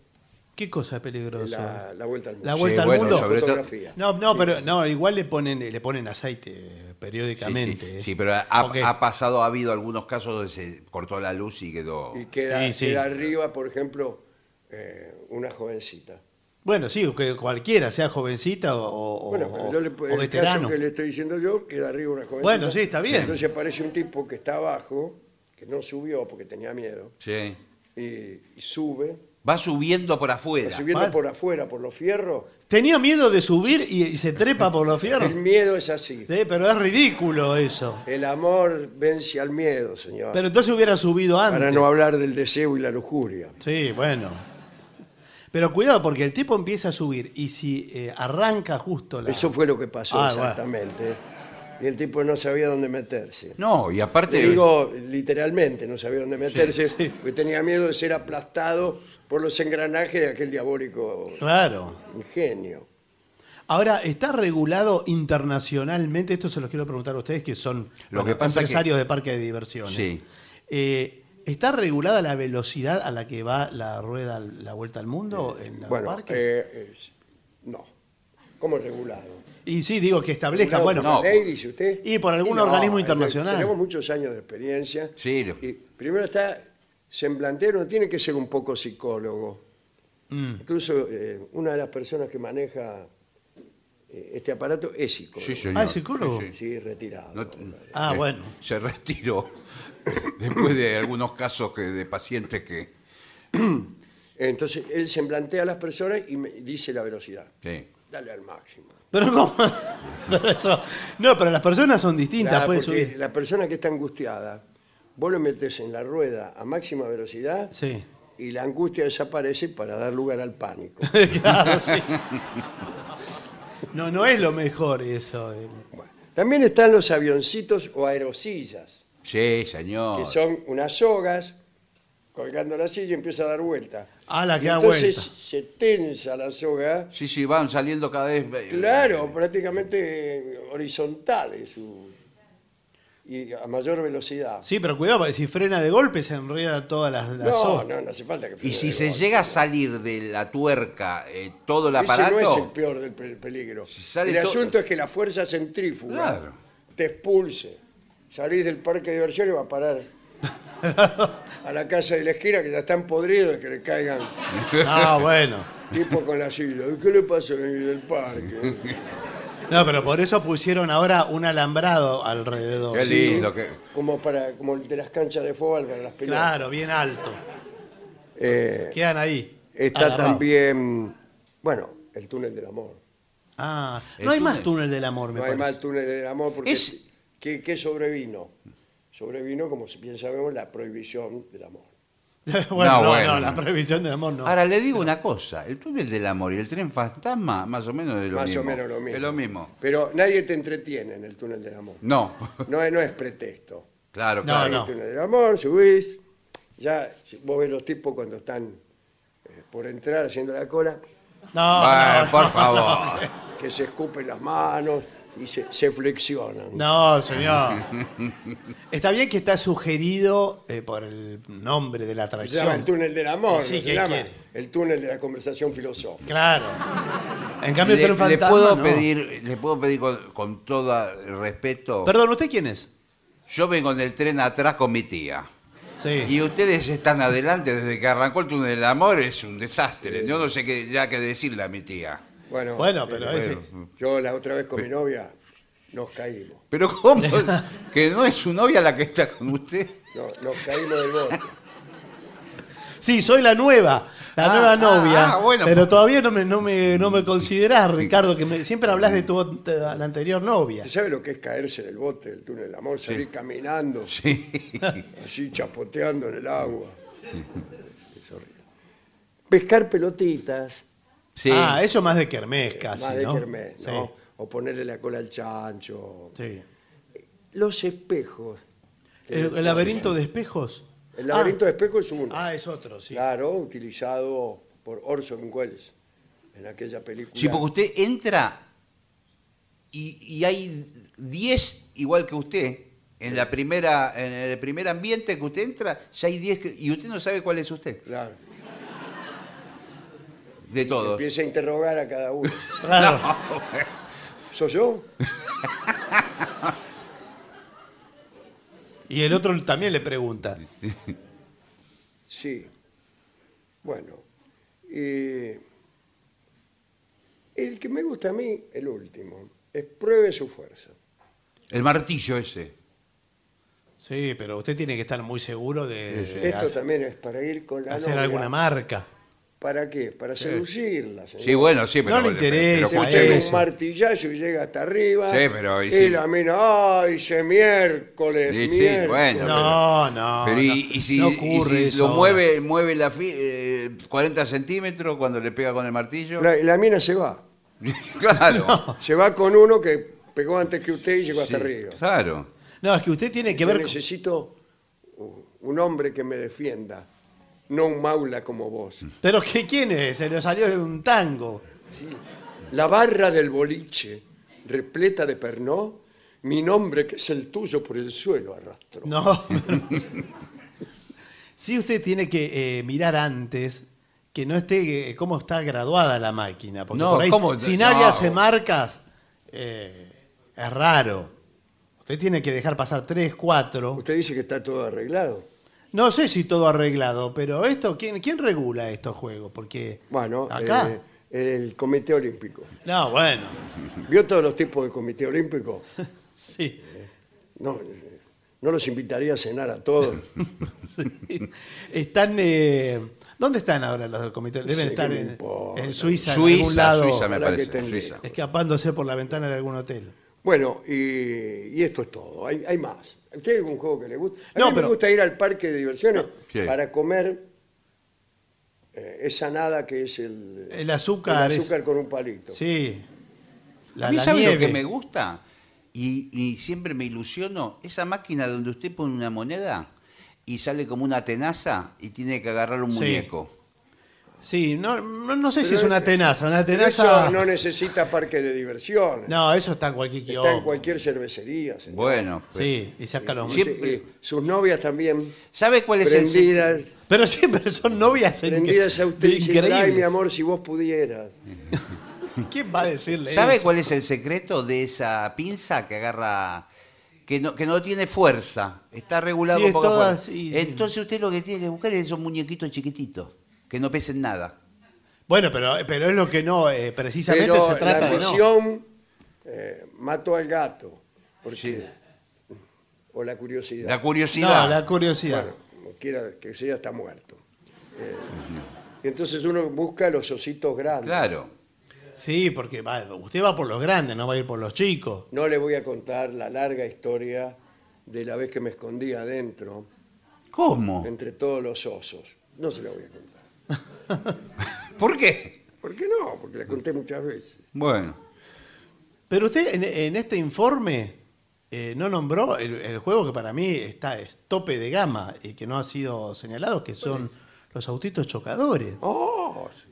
Speaker 4: ¿Qué cosa es peligrosa?
Speaker 1: La, la vuelta al mundo.
Speaker 4: La vuelta al
Speaker 3: bueno,
Speaker 4: mundo.
Speaker 3: sobre todo-
Speaker 1: Fotografía.
Speaker 4: No, no, pero no, igual le ponen, le ponen aceite eh,
Speaker 3: Sí, sí,
Speaker 4: periódicamente. eh.
Speaker 3: sí, pero ha,
Speaker 4: Ok.
Speaker 3: ha pasado, ha habido algunos casos donde se cortó la luz y quedó.
Speaker 1: Y queda,
Speaker 4: Sí, sí.
Speaker 1: queda arriba, por ejemplo, eh, una jovencita.
Speaker 4: Bueno, sí, que cualquiera, sea jovencita o, o-
Speaker 1: Bueno, pero yo le,
Speaker 4: o
Speaker 1: el
Speaker 4: Oh, veterano.
Speaker 1: caso que le estoy diciendo yo, queda arriba una jovencita.
Speaker 4: Bueno, sí, está bien.
Speaker 1: Entonces aparece un tipo que está abajo, que no subió porque tenía miedo,
Speaker 3: Sí.
Speaker 1: y, y sube,
Speaker 3: Va subiendo por
Speaker 1: va
Speaker 3: afuera.
Speaker 1: subiendo
Speaker 4: mal.
Speaker 1: por afuera, por los fierros.
Speaker 4: Tenía miedo de subir y, y se trepa por los fierros.
Speaker 1: El miedo es así.
Speaker 4: Sí, pero es ridículo eso.
Speaker 1: El amor vence al miedo, señor.
Speaker 4: Pero entonces hubiera subido antes.
Speaker 1: Para no hablar del deseo y la lujuria.
Speaker 4: Sí, bueno. Pero cuidado, porque el tipo empieza a subir y si eh, arranca justo la.
Speaker 1: Eso fue lo que pasó
Speaker 4: Ah, bueno.
Speaker 1: exactamente. Y el tipo no sabía dónde meterse.
Speaker 3: No, y aparte.
Speaker 1: Te digo literalmente, no sabía dónde meterse,
Speaker 4: sí.
Speaker 1: porque tenía miedo de ser aplastado por los engranajes de aquel diabólico
Speaker 4: Claro.
Speaker 1: ingenio.
Speaker 4: Ahora, ¿está regulado internacionalmente? Esto se los quiero preguntar a ustedes que son
Speaker 3: Lo que pasa
Speaker 4: empresarios de parques de diversiones.
Speaker 3: Sí.
Speaker 4: Eh, ¿Está regulada la velocidad a la que va la rueda, la vuelta al mundo en los
Speaker 1: Bueno,
Speaker 4: parques?
Speaker 1: eh, es- no. ¿Cómo regulado?
Speaker 4: y sí, digo que establezca,
Speaker 1: Regulado
Speaker 4: bueno,
Speaker 1: por la
Speaker 3: no.
Speaker 1: ley, dice usted.
Speaker 4: Y por algún organismo
Speaker 1: eh,
Speaker 4: internacional.
Speaker 1: Tenemos muchos años de experiencia.
Speaker 3: Sí, lo-
Speaker 1: Y primero está semblantero, tiene que ser un poco psicólogo.
Speaker 4: Mm,
Speaker 1: Incluso eh, una de las personas que maneja eh, este aparato es psicólogo.
Speaker 3: Sí, señor.
Speaker 4: Ah, ¿es psicólogo?
Speaker 3: Sí, sí.
Speaker 1: Sí, retirado.
Speaker 3: No te-
Speaker 4: Ah,
Speaker 3: eh,
Speaker 4: bueno.
Speaker 3: Se retiró después de algunos casos que, de pacientes que.
Speaker 1: Entonces él se plantea a las personas y me dice la velocidad.
Speaker 3: Sí.
Speaker 1: Dale al máximo.
Speaker 4: Pero ¿cómo? Pero eso- no, pero las personas son distintas,
Speaker 1: Claro,
Speaker 4: pueden
Speaker 1: porque
Speaker 4: subir.
Speaker 1: la persona que está angustiada, vos lo metes en la rueda a máxima velocidad
Speaker 4: Sí.
Speaker 1: y la angustia desaparece para dar lugar al pánico.
Speaker 4: claro, sí. No, no es lo mejor eso. eh.
Speaker 1: Bueno, También están los avioncitos o aerosillas,
Speaker 3: Sí,
Speaker 1: que
Speaker 4: Ah,
Speaker 3: señor.
Speaker 1: son unas sogas colgando la silla y empieza a dar vuelta.
Speaker 4: Ah, la que
Speaker 1: Y
Speaker 4: da
Speaker 1: entonces
Speaker 4: vuelta.
Speaker 1: se tensa la soga
Speaker 3: Sí, sí, van saliendo cada vez. eh,
Speaker 1: Claro, prácticamente horizontal es su- y a mayor velocidad.
Speaker 4: Sí, pero cuidado, porque si frena de golpe se enreda todas las, las
Speaker 1: no,
Speaker 4: sogas.
Speaker 1: no, no hace falta que
Speaker 3: Y
Speaker 1: frene
Speaker 3: si
Speaker 1: de
Speaker 3: se
Speaker 1: golpe.
Speaker 3: llega a salir de la tuerca eh, todo el
Speaker 1: Ese
Speaker 3: aparato.
Speaker 1: no es el peor del pe- peligro.
Speaker 3: Si sale
Speaker 1: el
Speaker 3: todo-
Speaker 1: asunto es que la fuerza centrífuga
Speaker 3: Claro.
Speaker 1: te expulse. Salís del parque de diversiones y va a parar a la casa de la esquina que ya están podridos que le caigan
Speaker 4: Ah, bueno.
Speaker 1: tipo con la silla. ¿Qué le pasa en el parque?
Speaker 4: No, pero por eso pusieron ahora un alambrado alrededor.
Speaker 3: Qué lindo. que-
Speaker 1: Como para como el de las canchas de fútbol para las pelotas.
Speaker 4: Claro, bien alto.
Speaker 1: Eh,
Speaker 4: Quedan ahí.
Speaker 1: Está
Speaker 4: agarrados.
Speaker 1: también, bueno, el túnel del amor.
Speaker 4: Ah,
Speaker 3: El
Speaker 4: no hay
Speaker 3: túnel.
Speaker 4: más túnel del amor, me
Speaker 1: No hay
Speaker 4: parece.
Speaker 1: más túnel del amor porque
Speaker 3: Es-
Speaker 1: ¿qué, qué sobrevino? Sobrevino, como si bien sabemos, la prohibición del amor.
Speaker 4: bueno,
Speaker 3: No,
Speaker 4: no,
Speaker 3: bueno.
Speaker 4: no, la prohibición del amor no.
Speaker 3: Ahora le digo una cosa: el túnel del amor y el tren fantasma, más o menos es lo
Speaker 1: Más
Speaker 3: mismo.
Speaker 1: o menos lo mismo.
Speaker 3: Es lo mismo.
Speaker 1: Pero nadie te entretiene en el túnel del amor.
Speaker 3: No,
Speaker 1: No, es- no es pretexto.
Speaker 3: claro,
Speaker 4: No,
Speaker 1: El
Speaker 3: claro.
Speaker 1: túnel del amor, subís, ya vos ves los tipos cuando están eh, por entrar haciendo la cola,
Speaker 4: no,
Speaker 3: Bueno,
Speaker 4: no,
Speaker 3: por
Speaker 4: no,
Speaker 3: favor.
Speaker 1: que se escupen las manos y se, se flexionan.
Speaker 4: No, señor. Está bien que está sugerido eh, por el nombre de la
Speaker 1: se llama el
Speaker 4: atracción.
Speaker 1: túnel del amor,
Speaker 4: Sí,
Speaker 1: no se
Speaker 4: ¿qué
Speaker 1: llama
Speaker 4: quiere?
Speaker 1: el túnel de la conversación filosófica.
Speaker 4: Claro. En cambio, el
Speaker 3: le,
Speaker 4: tren
Speaker 3: le
Speaker 4: fantasma,
Speaker 3: puedo
Speaker 4: no.
Speaker 3: pedir, le puedo pedir con, con todo el respeto.
Speaker 4: Perdón, ¿usted quién es?
Speaker 3: Yo vengo en el tren atrás con mi tía.
Speaker 4: Sí.
Speaker 3: Y ustedes están adelante desde que arrancó el túnel del amor, es un desastre. Yo no sé qué, ya qué decirle a mi tía.
Speaker 1: Bueno,
Speaker 4: Bueno, pero
Speaker 1: eh,
Speaker 4: ese-
Speaker 1: yo la otra vez con mi novia nos caímos.
Speaker 3: Pero ¿cómo? que no es su novia la que está con usted.
Speaker 1: no- nos caímos del bote.
Speaker 4: Sí, soy la nueva, la
Speaker 3: Ah,
Speaker 4: nueva
Speaker 3: ah,
Speaker 4: novia.
Speaker 3: ah, bueno,
Speaker 4: pero
Speaker 3: pues-
Speaker 4: todavía no me, no me, no me considerás, Ricardo, que me- siempre hablas de tu ot- la anterior novia.
Speaker 1: ¿Sabe lo que es caerse del bote del túnel del amor? Salir caminando,
Speaker 3: Sí.
Speaker 1: así chapoteando en el agua. Es horrible. Pescar pelotitas,
Speaker 3: Sí.
Speaker 4: Ah, eso más de kermés casi,
Speaker 1: más de
Speaker 4: ¿no?
Speaker 1: kermés,
Speaker 4: Sí,
Speaker 1: ¿no? O ponerle la cola al chancho.
Speaker 4: sí.
Speaker 1: Los espejos.
Speaker 4: El, el laberinto de espejos.
Speaker 1: El laberinto de espejos es uno.
Speaker 4: Ah, es otro, sí.
Speaker 1: Claro, utilizado por Orson Welles en aquella película.
Speaker 3: Sí, porque usted entra y, y hay 10 igual que usted. En, la primera, en el primer ambiente que usted entra, ya hay 10 que- y usted no sabe cuál es usted.
Speaker 1: Claro.
Speaker 3: De todos.
Speaker 1: Empieza a interrogar a cada uno.
Speaker 4: Claro.
Speaker 1: ¿Soy yo?
Speaker 4: Y el otro también le pregunta.
Speaker 1: Sí. Bueno. eh, el que me gusta a mí, el último, es pruebe su fuerza.
Speaker 3: El martillo ese.
Speaker 4: Sí, pero usted tiene que estar muy seguro de, de
Speaker 1: Esto
Speaker 4: hacer,
Speaker 1: también es para ir con la
Speaker 4: hacer
Speaker 1: novia.
Speaker 4: alguna marca.
Speaker 1: ¿Para qué? Para seducirla. señor.
Speaker 3: Sí, bueno, sí, pero.
Speaker 4: No le
Speaker 3: pero- pero
Speaker 4: interesa
Speaker 3: escúcheme.
Speaker 1: Pega
Speaker 4: eso.
Speaker 1: un martillazo y llega hasta arriba.
Speaker 3: Sí, pero
Speaker 1: Y,
Speaker 3: y sí.
Speaker 1: la mina, ¡ay, se miércoles!
Speaker 3: Sí, sí,
Speaker 1: miércoles".
Speaker 3: bueno.
Speaker 4: No, no.
Speaker 3: Pero y,
Speaker 4: no,
Speaker 3: y si,
Speaker 4: no
Speaker 3: y
Speaker 4: ocurre
Speaker 3: si
Speaker 4: eso
Speaker 3: lo
Speaker 4: ahora.
Speaker 3: mueve, mueve la fi- eh, 40 centímetros cuando le pega con el martillo.
Speaker 1: La, la mina se va.
Speaker 3: claro.
Speaker 1: Se va con uno que pegó antes que usted y llegó hasta arriba.
Speaker 3: Claro.
Speaker 4: No, es que usted tiene que
Speaker 1: Yo
Speaker 4: ver.
Speaker 1: necesito u- un hombre que me defienda, no un maula como vos.
Speaker 4: Pero que quién es, se le salió de un tango.
Speaker 1: La barra del boliche, repleta de pernó, mi nombre que es el tuyo por el suelo arrastró.
Speaker 4: No. sí, usted tiene que eh, mirar antes que no esté eh, cómo está graduada la máquina. Porque
Speaker 3: No,
Speaker 4: por ahí,
Speaker 3: ¿cómo?
Speaker 4: si nadie
Speaker 3: No.
Speaker 4: hace marcas, eh, es raro. Usted tiene que dejar pasar tres, cuatro.
Speaker 1: Usted dice que está todo arreglado.
Speaker 4: No sé si todo arreglado, pero esto, ¿quién, quién regula estos juegos? Porque
Speaker 1: Bueno,
Speaker 4: acá.
Speaker 1: eh, el Comité Olímpico.
Speaker 4: No, bueno.
Speaker 1: ¿Vio todos los tipos del Comité Olímpico?
Speaker 4: Sí.
Speaker 1: No, eh, no los invitaría a cenar a todos.
Speaker 4: Sí. Están. eh, ¿Dónde están ahora los del comité? Deben
Speaker 1: Sí, ¿qué
Speaker 4: estar
Speaker 1: me
Speaker 4: en,
Speaker 1: importa?
Speaker 4: en Suiza, en algún
Speaker 3: Suiza,
Speaker 4: lado,
Speaker 3: Suiza
Speaker 1: Ojalá
Speaker 3: me
Speaker 1: que
Speaker 3: parece.
Speaker 1: estén
Speaker 3: Suiza.
Speaker 4: escapándose por la ventana de algún hotel.
Speaker 1: Bueno, y, y esto es todo. Hay, hay más. ¿A usted algún juego que le gusta? A
Speaker 4: No,
Speaker 1: mí
Speaker 4: pero-
Speaker 1: me gusta ir al parque de diversiones
Speaker 3: Sí.
Speaker 1: para comer eh, esa nada que es el,
Speaker 4: El azúcar
Speaker 1: el
Speaker 4: es-
Speaker 1: azúcar con un palito.
Speaker 4: Sí. La,
Speaker 3: a mí,
Speaker 4: la
Speaker 3: ¿sabe lo
Speaker 4: nieve.
Speaker 3: que me gusta? Y, y siempre me ilusiono, esa máquina donde usted pone una moneda y sale como una tenaza y tiene que agarrar un
Speaker 4: Sí.
Speaker 3: muñeco.
Speaker 4: Sí, no, no, no sé si
Speaker 1: Pero
Speaker 4: es una
Speaker 1: es-
Speaker 4: tenaza. Una
Speaker 1: Pero
Speaker 4: tenaza.
Speaker 1: Eso no necesita parque de diversiones.
Speaker 4: no, eso está en cualquier
Speaker 1: Está en
Speaker 4: kiosco.
Speaker 1: cualquier cervecería. señor.
Speaker 3: Bueno. pues.
Speaker 4: Sí, y saca los.
Speaker 3: Sí.
Speaker 1: Usted- y sus novias también
Speaker 3: pues, ¿Sabe cuál es el se-
Speaker 1: prendidas,
Speaker 4: Pero siempre son novias en-
Speaker 1: prendidas a usted. diciendo, Ay, mi
Speaker 4: increíbles.
Speaker 1: amor, si vos pudieras.
Speaker 4: ¿Quién va a decirle
Speaker 3: ¿Sabe
Speaker 4: eso?
Speaker 3: cuál es el secreto de esa pinza que agarra que no, que no tiene fuerza? Está regulado
Speaker 4: Sí,
Speaker 3: con
Speaker 4: es
Speaker 3: poca
Speaker 4: toda
Speaker 3: fuerza.
Speaker 4: así, sí.
Speaker 3: Entonces usted lo que tiene que buscar es esos muñequitos chiquititos que no pesen nada.
Speaker 4: Bueno, pero, pero es lo que no. eh, precisamente
Speaker 1: Pero
Speaker 4: se trata
Speaker 1: la
Speaker 4: de. no.
Speaker 1: ambición eh, mató al gato. Porque, O la curiosidad.
Speaker 3: La
Speaker 4: No,
Speaker 3: curiosidad.
Speaker 4: la curiosidad.
Speaker 1: Bueno, como quiera que sea, está muerto. Eh, y entonces uno busca los ositos grandes.
Speaker 3: Claro.
Speaker 4: Sí, porque va- usted va por los grandes, no va a ir por los chicos.
Speaker 1: No le voy a contar la larga historia de la vez que me escondí adentro
Speaker 3: ¿Cómo?
Speaker 1: entre todos los osos. No se la voy a contar.
Speaker 3: ¿Por qué?
Speaker 1: ¿Por qué no? Porque la conté muchas veces.
Speaker 3: Bueno.
Speaker 4: Pero usted en, en este informe eh, no nombró el, el juego que para mí está es tope de gama y que no ha sido señalado, que son los autitos chocadores.
Speaker 1: Oh, sí.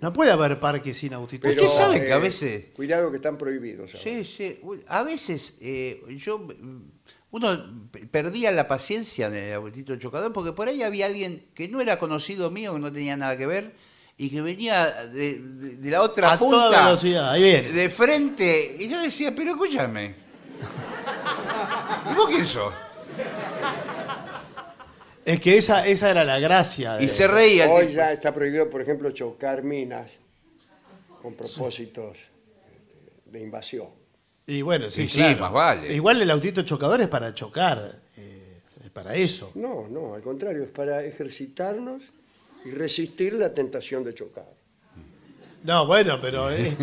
Speaker 4: No puede haber parque sin autitos
Speaker 1: Pero, eh,
Speaker 3: Usted sabe
Speaker 4: chocadores.
Speaker 3: que a veces-
Speaker 1: Cuidado que están prohibidos. ahora.
Speaker 3: Sí, sí. Uy, A veces eh, yo mm, uno p- perdía la paciencia en el autito chocador porque por ahí había alguien que no era conocido mío, que no tenía nada que ver y que venía de, de- de la otra
Speaker 4: A
Speaker 3: punta
Speaker 4: toda velocidad, ahí viene.
Speaker 3: de frente y yo decía, pero escúchame. ¿Y vos quién sos?
Speaker 4: Es que esa, esa era la gracia. de-
Speaker 3: Y se reía el
Speaker 1: Hoy
Speaker 3: tipo.
Speaker 1: ya está prohibido, por ejemplo, chocar minas con propósitos de invasión.
Speaker 4: Y bueno, sí,
Speaker 3: Y sí,
Speaker 4: claro.
Speaker 3: más vale.
Speaker 4: Igual el autito chocador es para chocar, eh, es para eso.
Speaker 1: No, no, al contrario, es para ejercitarnos y resistir la tentación de chocar.
Speaker 4: No, bueno, pero eh,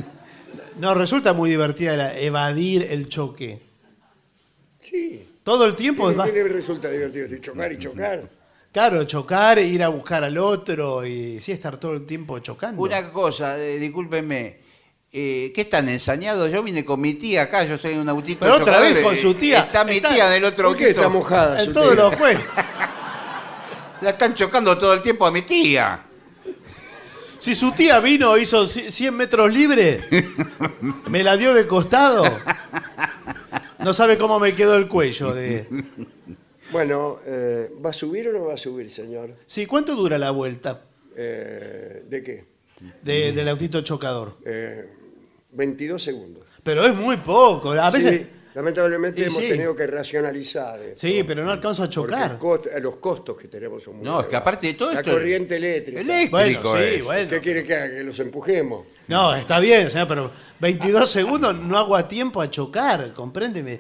Speaker 4: no resulta muy divertida la- evadir el choque.
Speaker 1: Sí.
Speaker 4: Todo el tiempo
Speaker 1: ¿Qué,
Speaker 4: es Pues va-
Speaker 1: qué le resulta divertido? Si chocar y chocar.
Speaker 4: claro chocar, ir a buscar al otro y sí estar todo el tiempo chocando.
Speaker 3: Una cosa, eh, discúlpenme. eh, ¿Qué están ensañados? Yo vine con mi tía acá, yo estoy en un autito.
Speaker 4: Pero otra
Speaker 3: chocador,
Speaker 4: vez con
Speaker 3: eh,
Speaker 4: su tía.
Speaker 3: Está mi
Speaker 4: Está-
Speaker 3: tía en el otro
Speaker 1: ¿Por qué
Speaker 3: autito.
Speaker 1: está mojada
Speaker 4: en
Speaker 1: su
Speaker 4: todos
Speaker 1: tela?
Speaker 4: los juegos.
Speaker 3: La están chocando todo el tiempo a mi tía.
Speaker 4: Si su tía vino hizo ci- 100 metros libre, me la dio de costado. No sabe cómo me quedó el cuello de.
Speaker 1: Bueno, eh, ¿va a subir o no va a subir, señor?
Speaker 4: Sí, ¿cuánto dura la vuelta
Speaker 1: Eh, ¿De qué?
Speaker 4: de- del autito chocador?
Speaker 1: Eh, 22 segundos.
Speaker 4: Pero es muy poco. A veces.
Speaker 1: Sí, lamentablemente
Speaker 4: Y
Speaker 1: hemos
Speaker 4: sí.
Speaker 1: tenido que racionalizar. esto,
Speaker 4: Sí, pero no alcanzo a
Speaker 1: porque
Speaker 4: chocar.
Speaker 1: el cost- eh, los costos que tenemos son muy
Speaker 3: No, es que
Speaker 1: elevados.
Speaker 3: aparte de todo
Speaker 1: La
Speaker 3: esto-
Speaker 1: corriente eléctrica.
Speaker 3: Elé-
Speaker 4: Bueno,
Speaker 3: Rico
Speaker 4: sí,
Speaker 3: es.
Speaker 4: bueno.
Speaker 1: ¿Qué quiere que haga? Que los empujemos.
Speaker 4: No, está bien, señor, pero 22 segundos no hago a tiempo a chocar, compréndeme.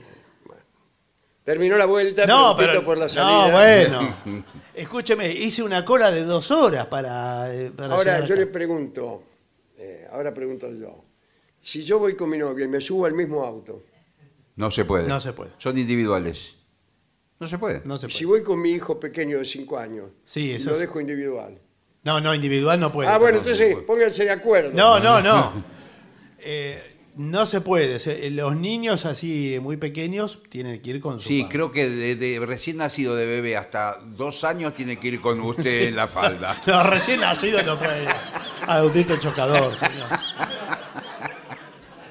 Speaker 1: Terminó la vuelta,
Speaker 4: No,
Speaker 1: preguntito
Speaker 4: pero.
Speaker 1: por la salida.
Speaker 4: no, bueno. Escúcheme, hice una cola de dos horas para. eh, para
Speaker 1: Ahora
Speaker 4: llegar
Speaker 1: yo
Speaker 4: acá.
Speaker 1: le pregunto, eh, ahora pregunto yo, si yo voy con mi novia y me subo al mismo auto,
Speaker 3: No se puede.
Speaker 4: No se puede.
Speaker 3: Son individuales. No se puede.
Speaker 4: No se puede.
Speaker 1: si voy con mi hijo pequeño de 5 años,
Speaker 4: Sí, eso
Speaker 1: lo
Speaker 4: es-
Speaker 1: dejo individual.
Speaker 4: No, no, individual no puede.
Speaker 1: ah, bueno,
Speaker 3: no,
Speaker 1: entonces
Speaker 3: no.
Speaker 1: pónganse de acuerdo.
Speaker 4: No, no, no. Eh, no se puede. Se- eh, Los niños así eh, muy pequeños tienen que ir con su.
Speaker 3: Sí,
Speaker 4: padre.
Speaker 3: creo que de, de recién nacido de bebé hasta dos años tiene que ir con usted en la falda.
Speaker 4: No, recién nacido no puede ir. Autito chocador, señor.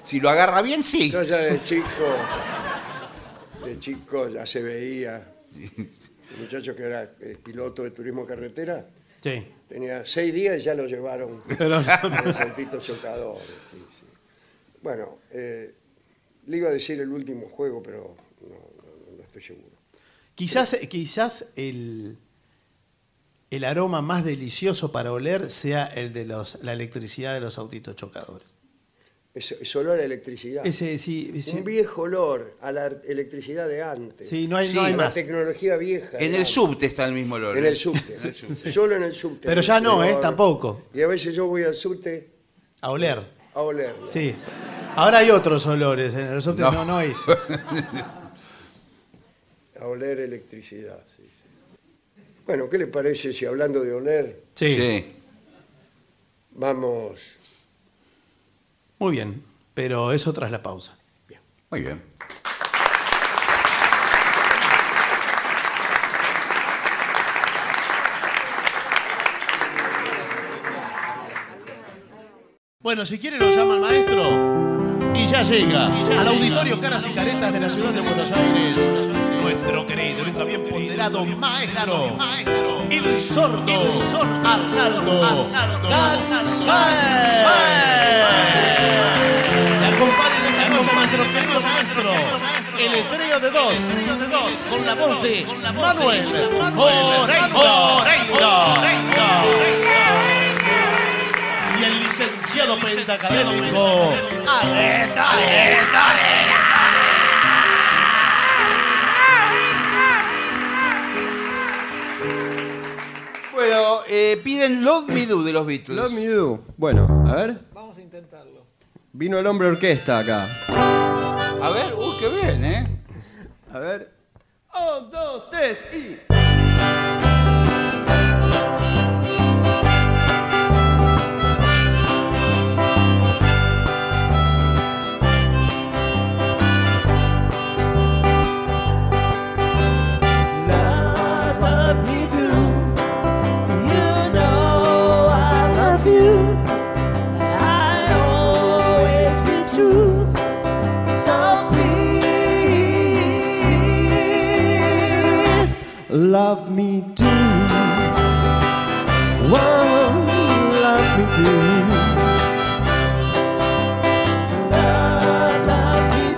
Speaker 3: Si lo agarra bien, sí.
Speaker 1: Yo ya de chico, de chico ya se veía. El muchacho que era eh, piloto de turismo carretera
Speaker 4: Sí.
Speaker 1: tenía seis días y ya lo llevaron
Speaker 4: Pero no-
Speaker 1: a los autitos chocadores. sí, sí. Bueno, eh, le iba a decir el último juego, pero no, no- no estoy seguro.
Speaker 4: quizás eh, quizás el, el aroma más delicioso para oler sea el de los, la electricidad de los autitos chocadores.
Speaker 1: Es, es olor a electricidad.
Speaker 4: Ese sí.
Speaker 1: Un
Speaker 4: sí,
Speaker 1: viejo olor a la electricidad de antes.
Speaker 4: sí, no hay,
Speaker 3: Sí,
Speaker 4: no hay
Speaker 1: a la
Speaker 4: más.
Speaker 1: tecnología vieja. de
Speaker 3: En el
Speaker 1: antes.
Speaker 3: subte está el mismo olor. ¿eh?
Speaker 1: En el subte. Solo en el subte.
Speaker 4: Pero ya no,
Speaker 1: Olor.
Speaker 4: ¿eh? Tampoco.
Speaker 1: Y a veces yo voy al subte
Speaker 4: A oler.
Speaker 1: a oler.
Speaker 4: Sí. Ahora hay otros olores. En los otros no,
Speaker 3: No.
Speaker 4: no, hay.
Speaker 1: A oler electricidad. sí, sí. Bueno, ¿qué le parece si hablando de oler
Speaker 4: Sí.
Speaker 3: Sí.
Speaker 1: vamos?
Speaker 4: Muy bien. Pero eso tras la pausa.
Speaker 3: Muy bien.
Speaker 4: Bueno, si quiere lo llama el maestro y ya llega al auditorio Caras y Caretas de la ciudad de Buenos Aires. Nuestro querido, nuestro bien ponderado maestro, el sordo, Arnaldo Gansal. Le acompaña en esta noche nuestro querido maestro, el estrello de dos, con la voz de Manuel Oreiro y el licenciado pentacadémico Aleta, Aleta,
Speaker 3: Bueno, eh, piden Love Me Do de los Beatles.
Speaker 7: Love Me Do. Bueno, a ver. Vamos a intentarlo. Vino el hombre orquesta acá.
Speaker 3: A ver, uh, qué bien, ¿eh?
Speaker 7: A ver. Un, dos, tres y. Love, love me do. You know I love you. I always be true. So please love me do. One, love me do. Love, love me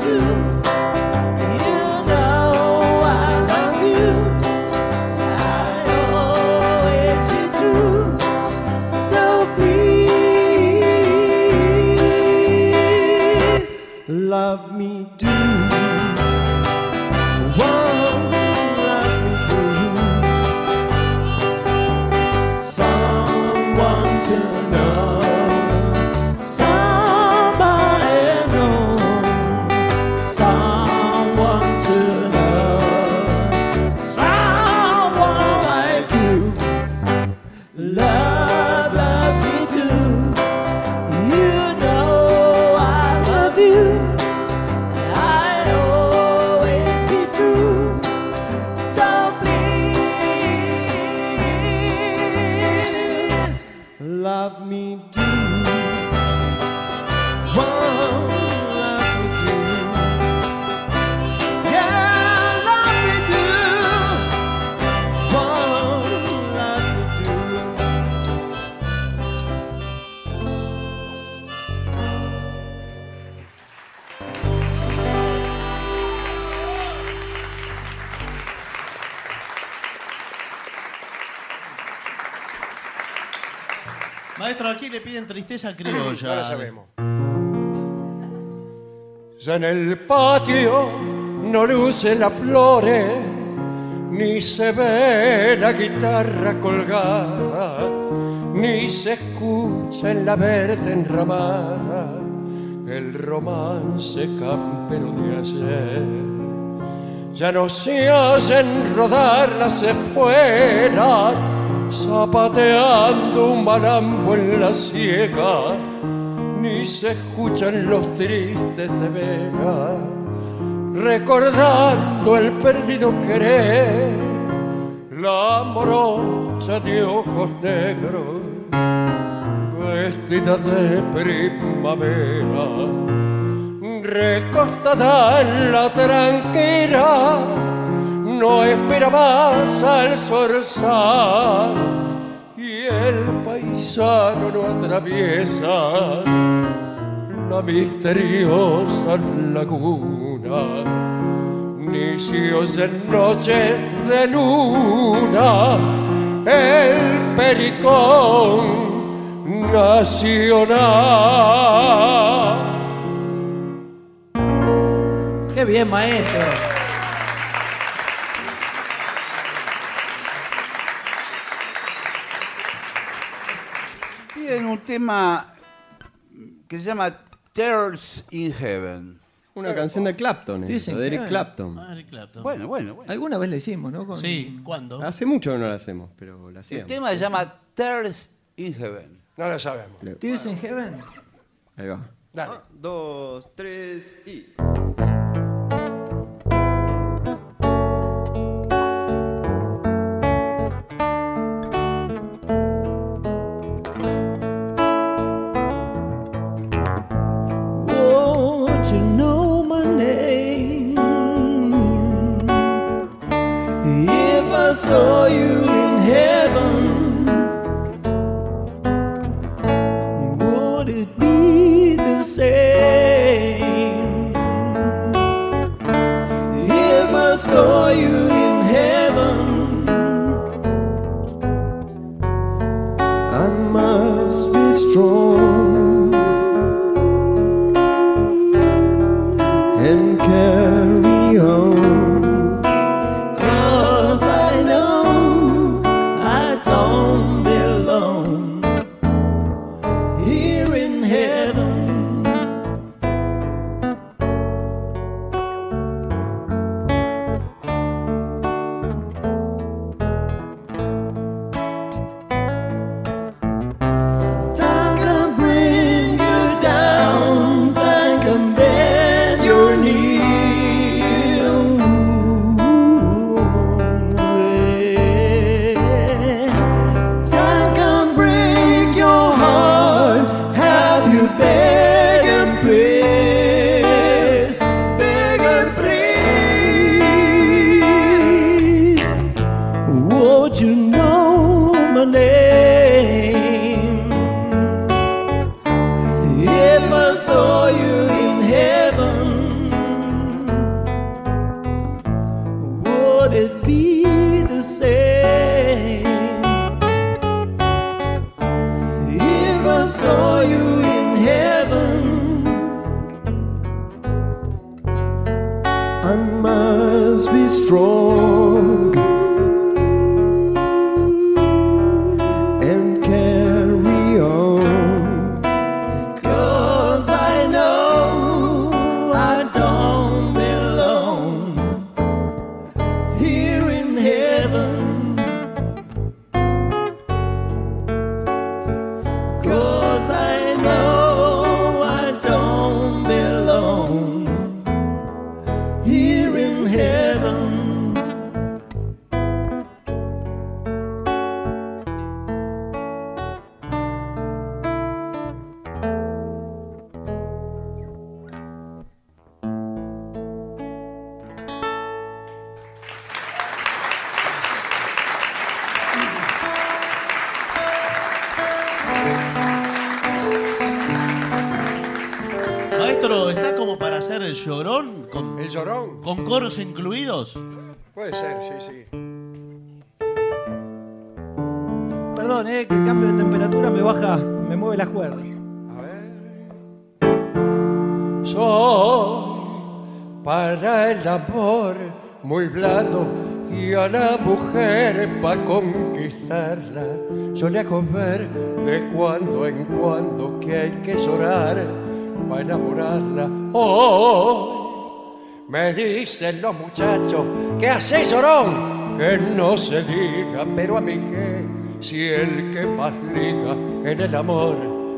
Speaker 7: do. You know I love you. I always be true. So please love me do. Whoa, love me do. Song
Speaker 5: to know somebody knows someone to know someone like you. Love, love me too. You know I love you. I always be true. So please love me do. Oh, love me do. Yeah, love me do. Oh, love me do.
Speaker 2: Maestro, aquí le piden tristeza criolla.
Speaker 1: Ya la sabemos.
Speaker 5: Ya en el patio no lucen las flores, ni se ve la guitarra colgada, ni se escucha en la verde enramada el romance campero de ayer. Ya no se hacen rodar las espuelas, zapateando un balambo en la ciega, ni se escuchan los tristes de Vega, recordando el perdido querer, la morocha de ojos negros, vestida de primavera recostada en la tranquera, no espera más al zorzal y el paisano no atraviesa la misteriosa laguna, ni si en noches de luna el pericón nacional.
Speaker 8: Qué bien, maestro.
Speaker 3: Piden un tema que se llama Tears in Heaven.
Speaker 7: Una canción de Clapton,
Speaker 8: Sí,
Speaker 7: esto,
Speaker 8: señor.
Speaker 7: de Eric Clapton.
Speaker 2: Ah, Eric Clapton.
Speaker 3: Bueno, bueno, bueno.
Speaker 8: Alguna vez la hicimos, ¿no? Con-
Speaker 2: Sí, ¿cuándo?
Speaker 7: Hace mucho que no la hacemos, pero la
Speaker 3: El
Speaker 7: hacíamos.
Speaker 3: tema se llama Tears in Heaven.
Speaker 1: No la sabemos.
Speaker 8: Tears in Heaven.
Speaker 7: Ahí va.
Speaker 1: Dale.
Speaker 7: Ah, Dos, tres y.
Speaker 5: Won't you know my name? If I saw you in heaven, would it be the same? If I saw you in heaven, I must be strong. and carry on.
Speaker 8: Cause I know, I
Speaker 1: heaven. Cause I know I don't belong here in heaven.
Speaker 2: Maestro, ¿está como para hacer el llorón con,
Speaker 9: El llorón.
Speaker 2: con coros incluidos?
Speaker 9: Puede ser, sí, sí.
Speaker 8: Perdón, eh, que el cambio de temperatura me baja, me mueve las cuerdas.
Speaker 9: A ver.
Speaker 1: Soy para el amor muy blando y a la mujer para conquistarla. Yo le hago ver de cuando en cuando que hay que llorar para enamorarla. Oh, me dicen los muchachos que hace llorón, que no se diga, pero a mí que si el que más liga en el amor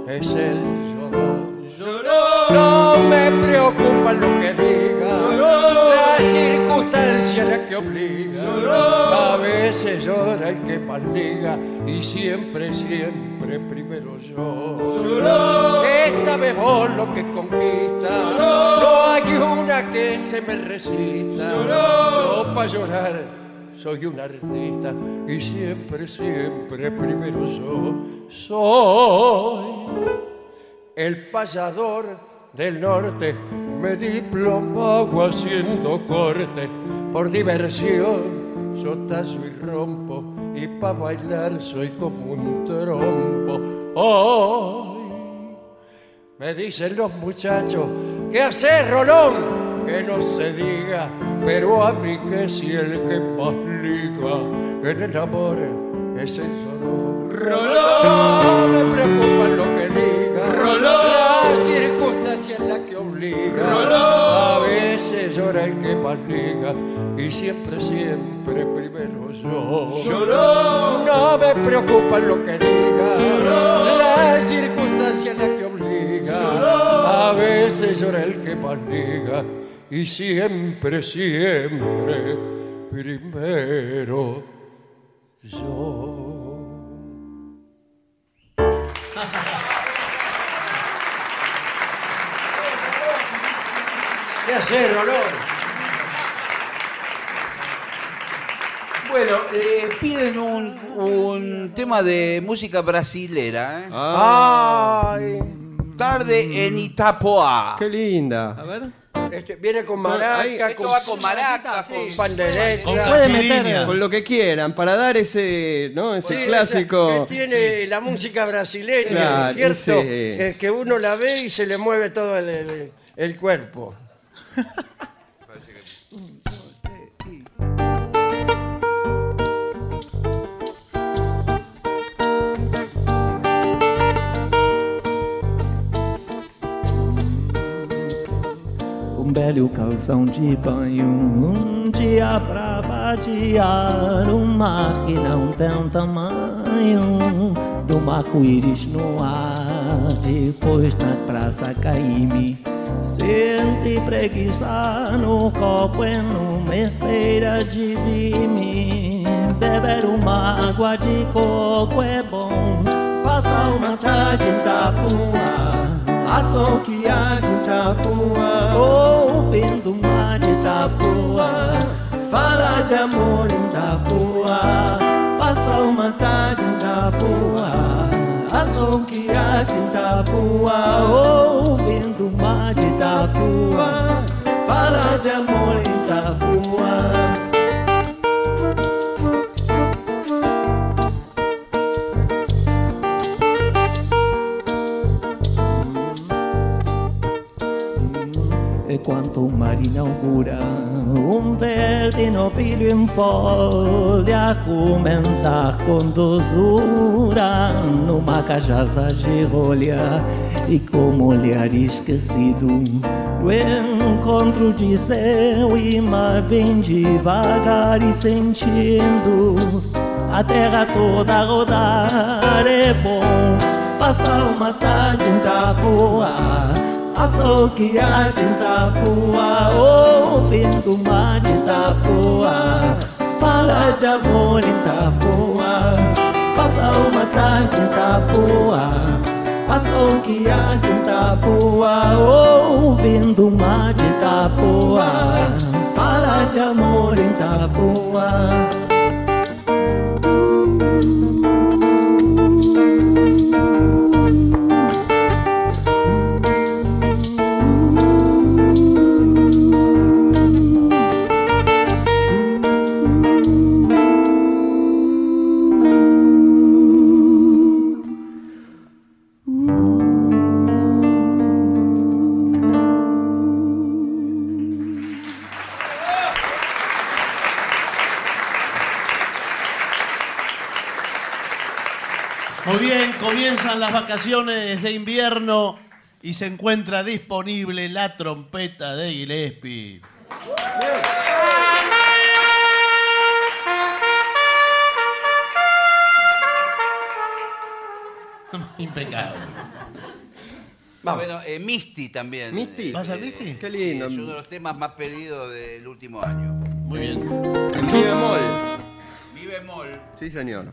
Speaker 1: es el llorón. No me preocupa lo que diga La circunstancia es la que obliga A veces llora el que maldiga Y siempre, siempre primero yo Que sabe vos lo que conquista No hay una que se me resista Yo pa' llorar soy un artista Y siempre, siempre primero yo Soy el payador del norte me diplomaba haciendo corte por diversión. Yo tazo y rompo y pa' bailar soy como un trompo. Hoy me dicen los muchachos que hace Rolón, que no se diga, pero a mí que si el que más liga en el amor es el Rolón. No me preocupa lo que diga. La circunstancia es la que obliga. A veces llora el que más liga. Y siempre, siempre primero yo. No me preocupa lo que diga. La circunstancia es la que obliga. A veces llora el que más liga. Y siempre, siempre primero yo.
Speaker 9: ¿Qué hace, Rolón?
Speaker 3: Bueno, eh, piden un, un tema de música brasilera. ¿eh?
Speaker 9: Ay,
Speaker 3: Tarde en Itapoa.
Speaker 5: Qué linda.
Speaker 8: A ver.
Speaker 9: este, viene con
Speaker 5: ahí-
Speaker 9: maraca,
Speaker 3: Esto
Speaker 9: con,
Speaker 3: va con maracas,
Speaker 8: sí.
Speaker 3: con
Speaker 9: pandereta.
Speaker 2: Con
Speaker 8: Puede
Speaker 2: cachiriña.
Speaker 5: Con lo que quieran, para dar ese, ¿no? Ese
Speaker 9: Sí, esa
Speaker 5: clásico.
Speaker 9: que tiene la música brasileña,
Speaker 5: Claro,
Speaker 9: ¿cierto?
Speaker 5: sí.
Speaker 9: Que, que uno la ve y se le mueve todo el, el- el cuerpo.
Speaker 1: Um velho calção de banho, um dia pra batear um mar que não tem tamanho, do arco-íris no ar, depois na praça caí-me. Sente preguiça no copo e numa esteira de vime. Beber uma água de coco é bom, passar uma tarde em Itapuá, a sol que há de Itapuá ouvindo mar de Itapuã, fala de amor em Itapuã, passou uma tarde em Itapuã, a sonquear de Itapuã, ouvindo mar de Itapuã, fala de amor em Itapuã.
Speaker 5: É
Speaker 1: Enquanto o mar inaugura um verde novilho em folha, comentar com dosura numa cachaça de rolha e como olhar esquecido
Speaker 5: encontro de céu e mar vem devagar e sentindo a terra toda rodar. É bom passar uma tarde em Taboa, açouguear de Taboa, ouvindo o mar de Taboa, fala de amor em Taboa, passar uma tarde em Taboa. Passou que há de Itapuá, ouvindo o mar de Itapuá, fala de amor em Itapuá.
Speaker 4: Muy bien, comienzan las vacaciones de invierno y se encuentra disponible la trompeta de Gillespie. Impecable.
Speaker 3: Bueno, eh, Misty también.
Speaker 10: Misty.
Speaker 3: Eh,
Speaker 4: ¿Vas al
Speaker 3: eh,
Speaker 4: Misty?
Speaker 10: Qué
Speaker 3: sí,
Speaker 10: lindo.
Speaker 3: es uno de los temas más pedidos del último año.
Speaker 4: Muy bien.
Speaker 10: En mi bemol.
Speaker 3: Mi bemol.
Speaker 10: Sí, señor.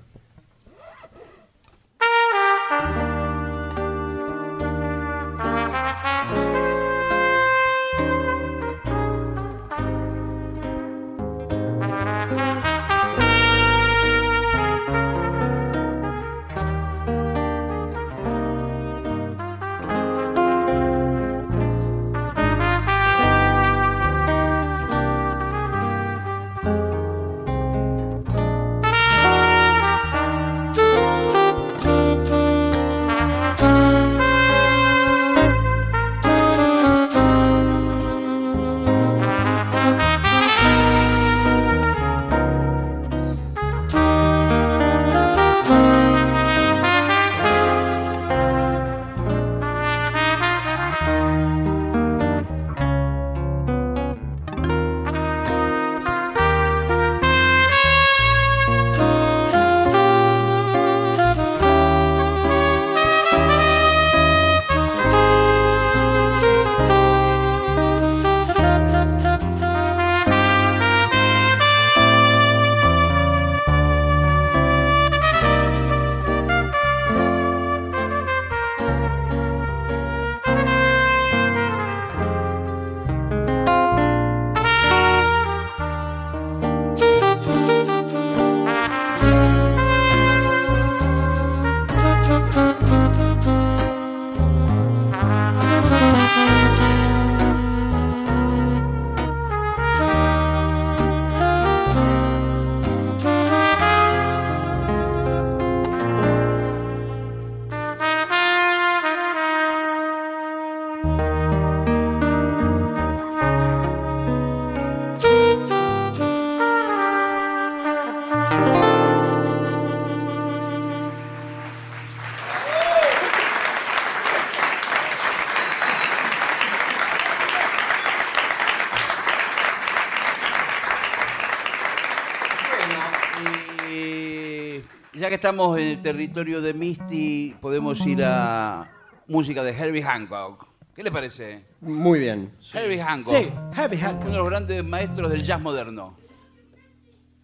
Speaker 3: Bueno, eh, ya que estamos en el territorio de Misty, podemos ir a música de Herbie Hancock. ¿Qué le parece?
Speaker 10: Muy bien.
Speaker 3: Herbie Hancock.
Speaker 8: Sí, Happy
Speaker 3: Uno de
Speaker 8: Hacker.
Speaker 3: los grandes maestros del jazz moderno.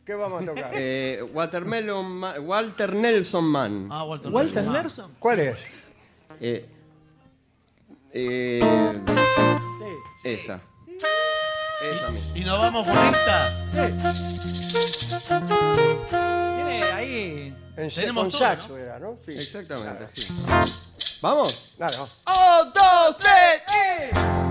Speaker 1: ¿Qué vamos a tocar?
Speaker 10: Eh, Watermelon Ma- Walter Nelson Mann.
Speaker 4: Ah, Walter,
Speaker 8: Walter
Speaker 4: Nelson.
Speaker 8: Nelson.
Speaker 1: ¿Cuál es?
Speaker 10: Eh, eh,
Speaker 8: Sí.
Speaker 10: esa. Esa misma.
Speaker 4: Y nos vamos con esta.
Speaker 8: Sí. Tiene ahí.
Speaker 1: En se-
Speaker 4: Tenemos
Speaker 1: con
Speaker 4: todo,
Speaker 1: saxo
Speaker 4: ¿no?
Speaker 1: era, ¿no? Sí.
Speaker 10: Exactamente, sí. ¿Vamos?
Speaker 1: Claro.
Speaker 10: ¡Un, dos, tres!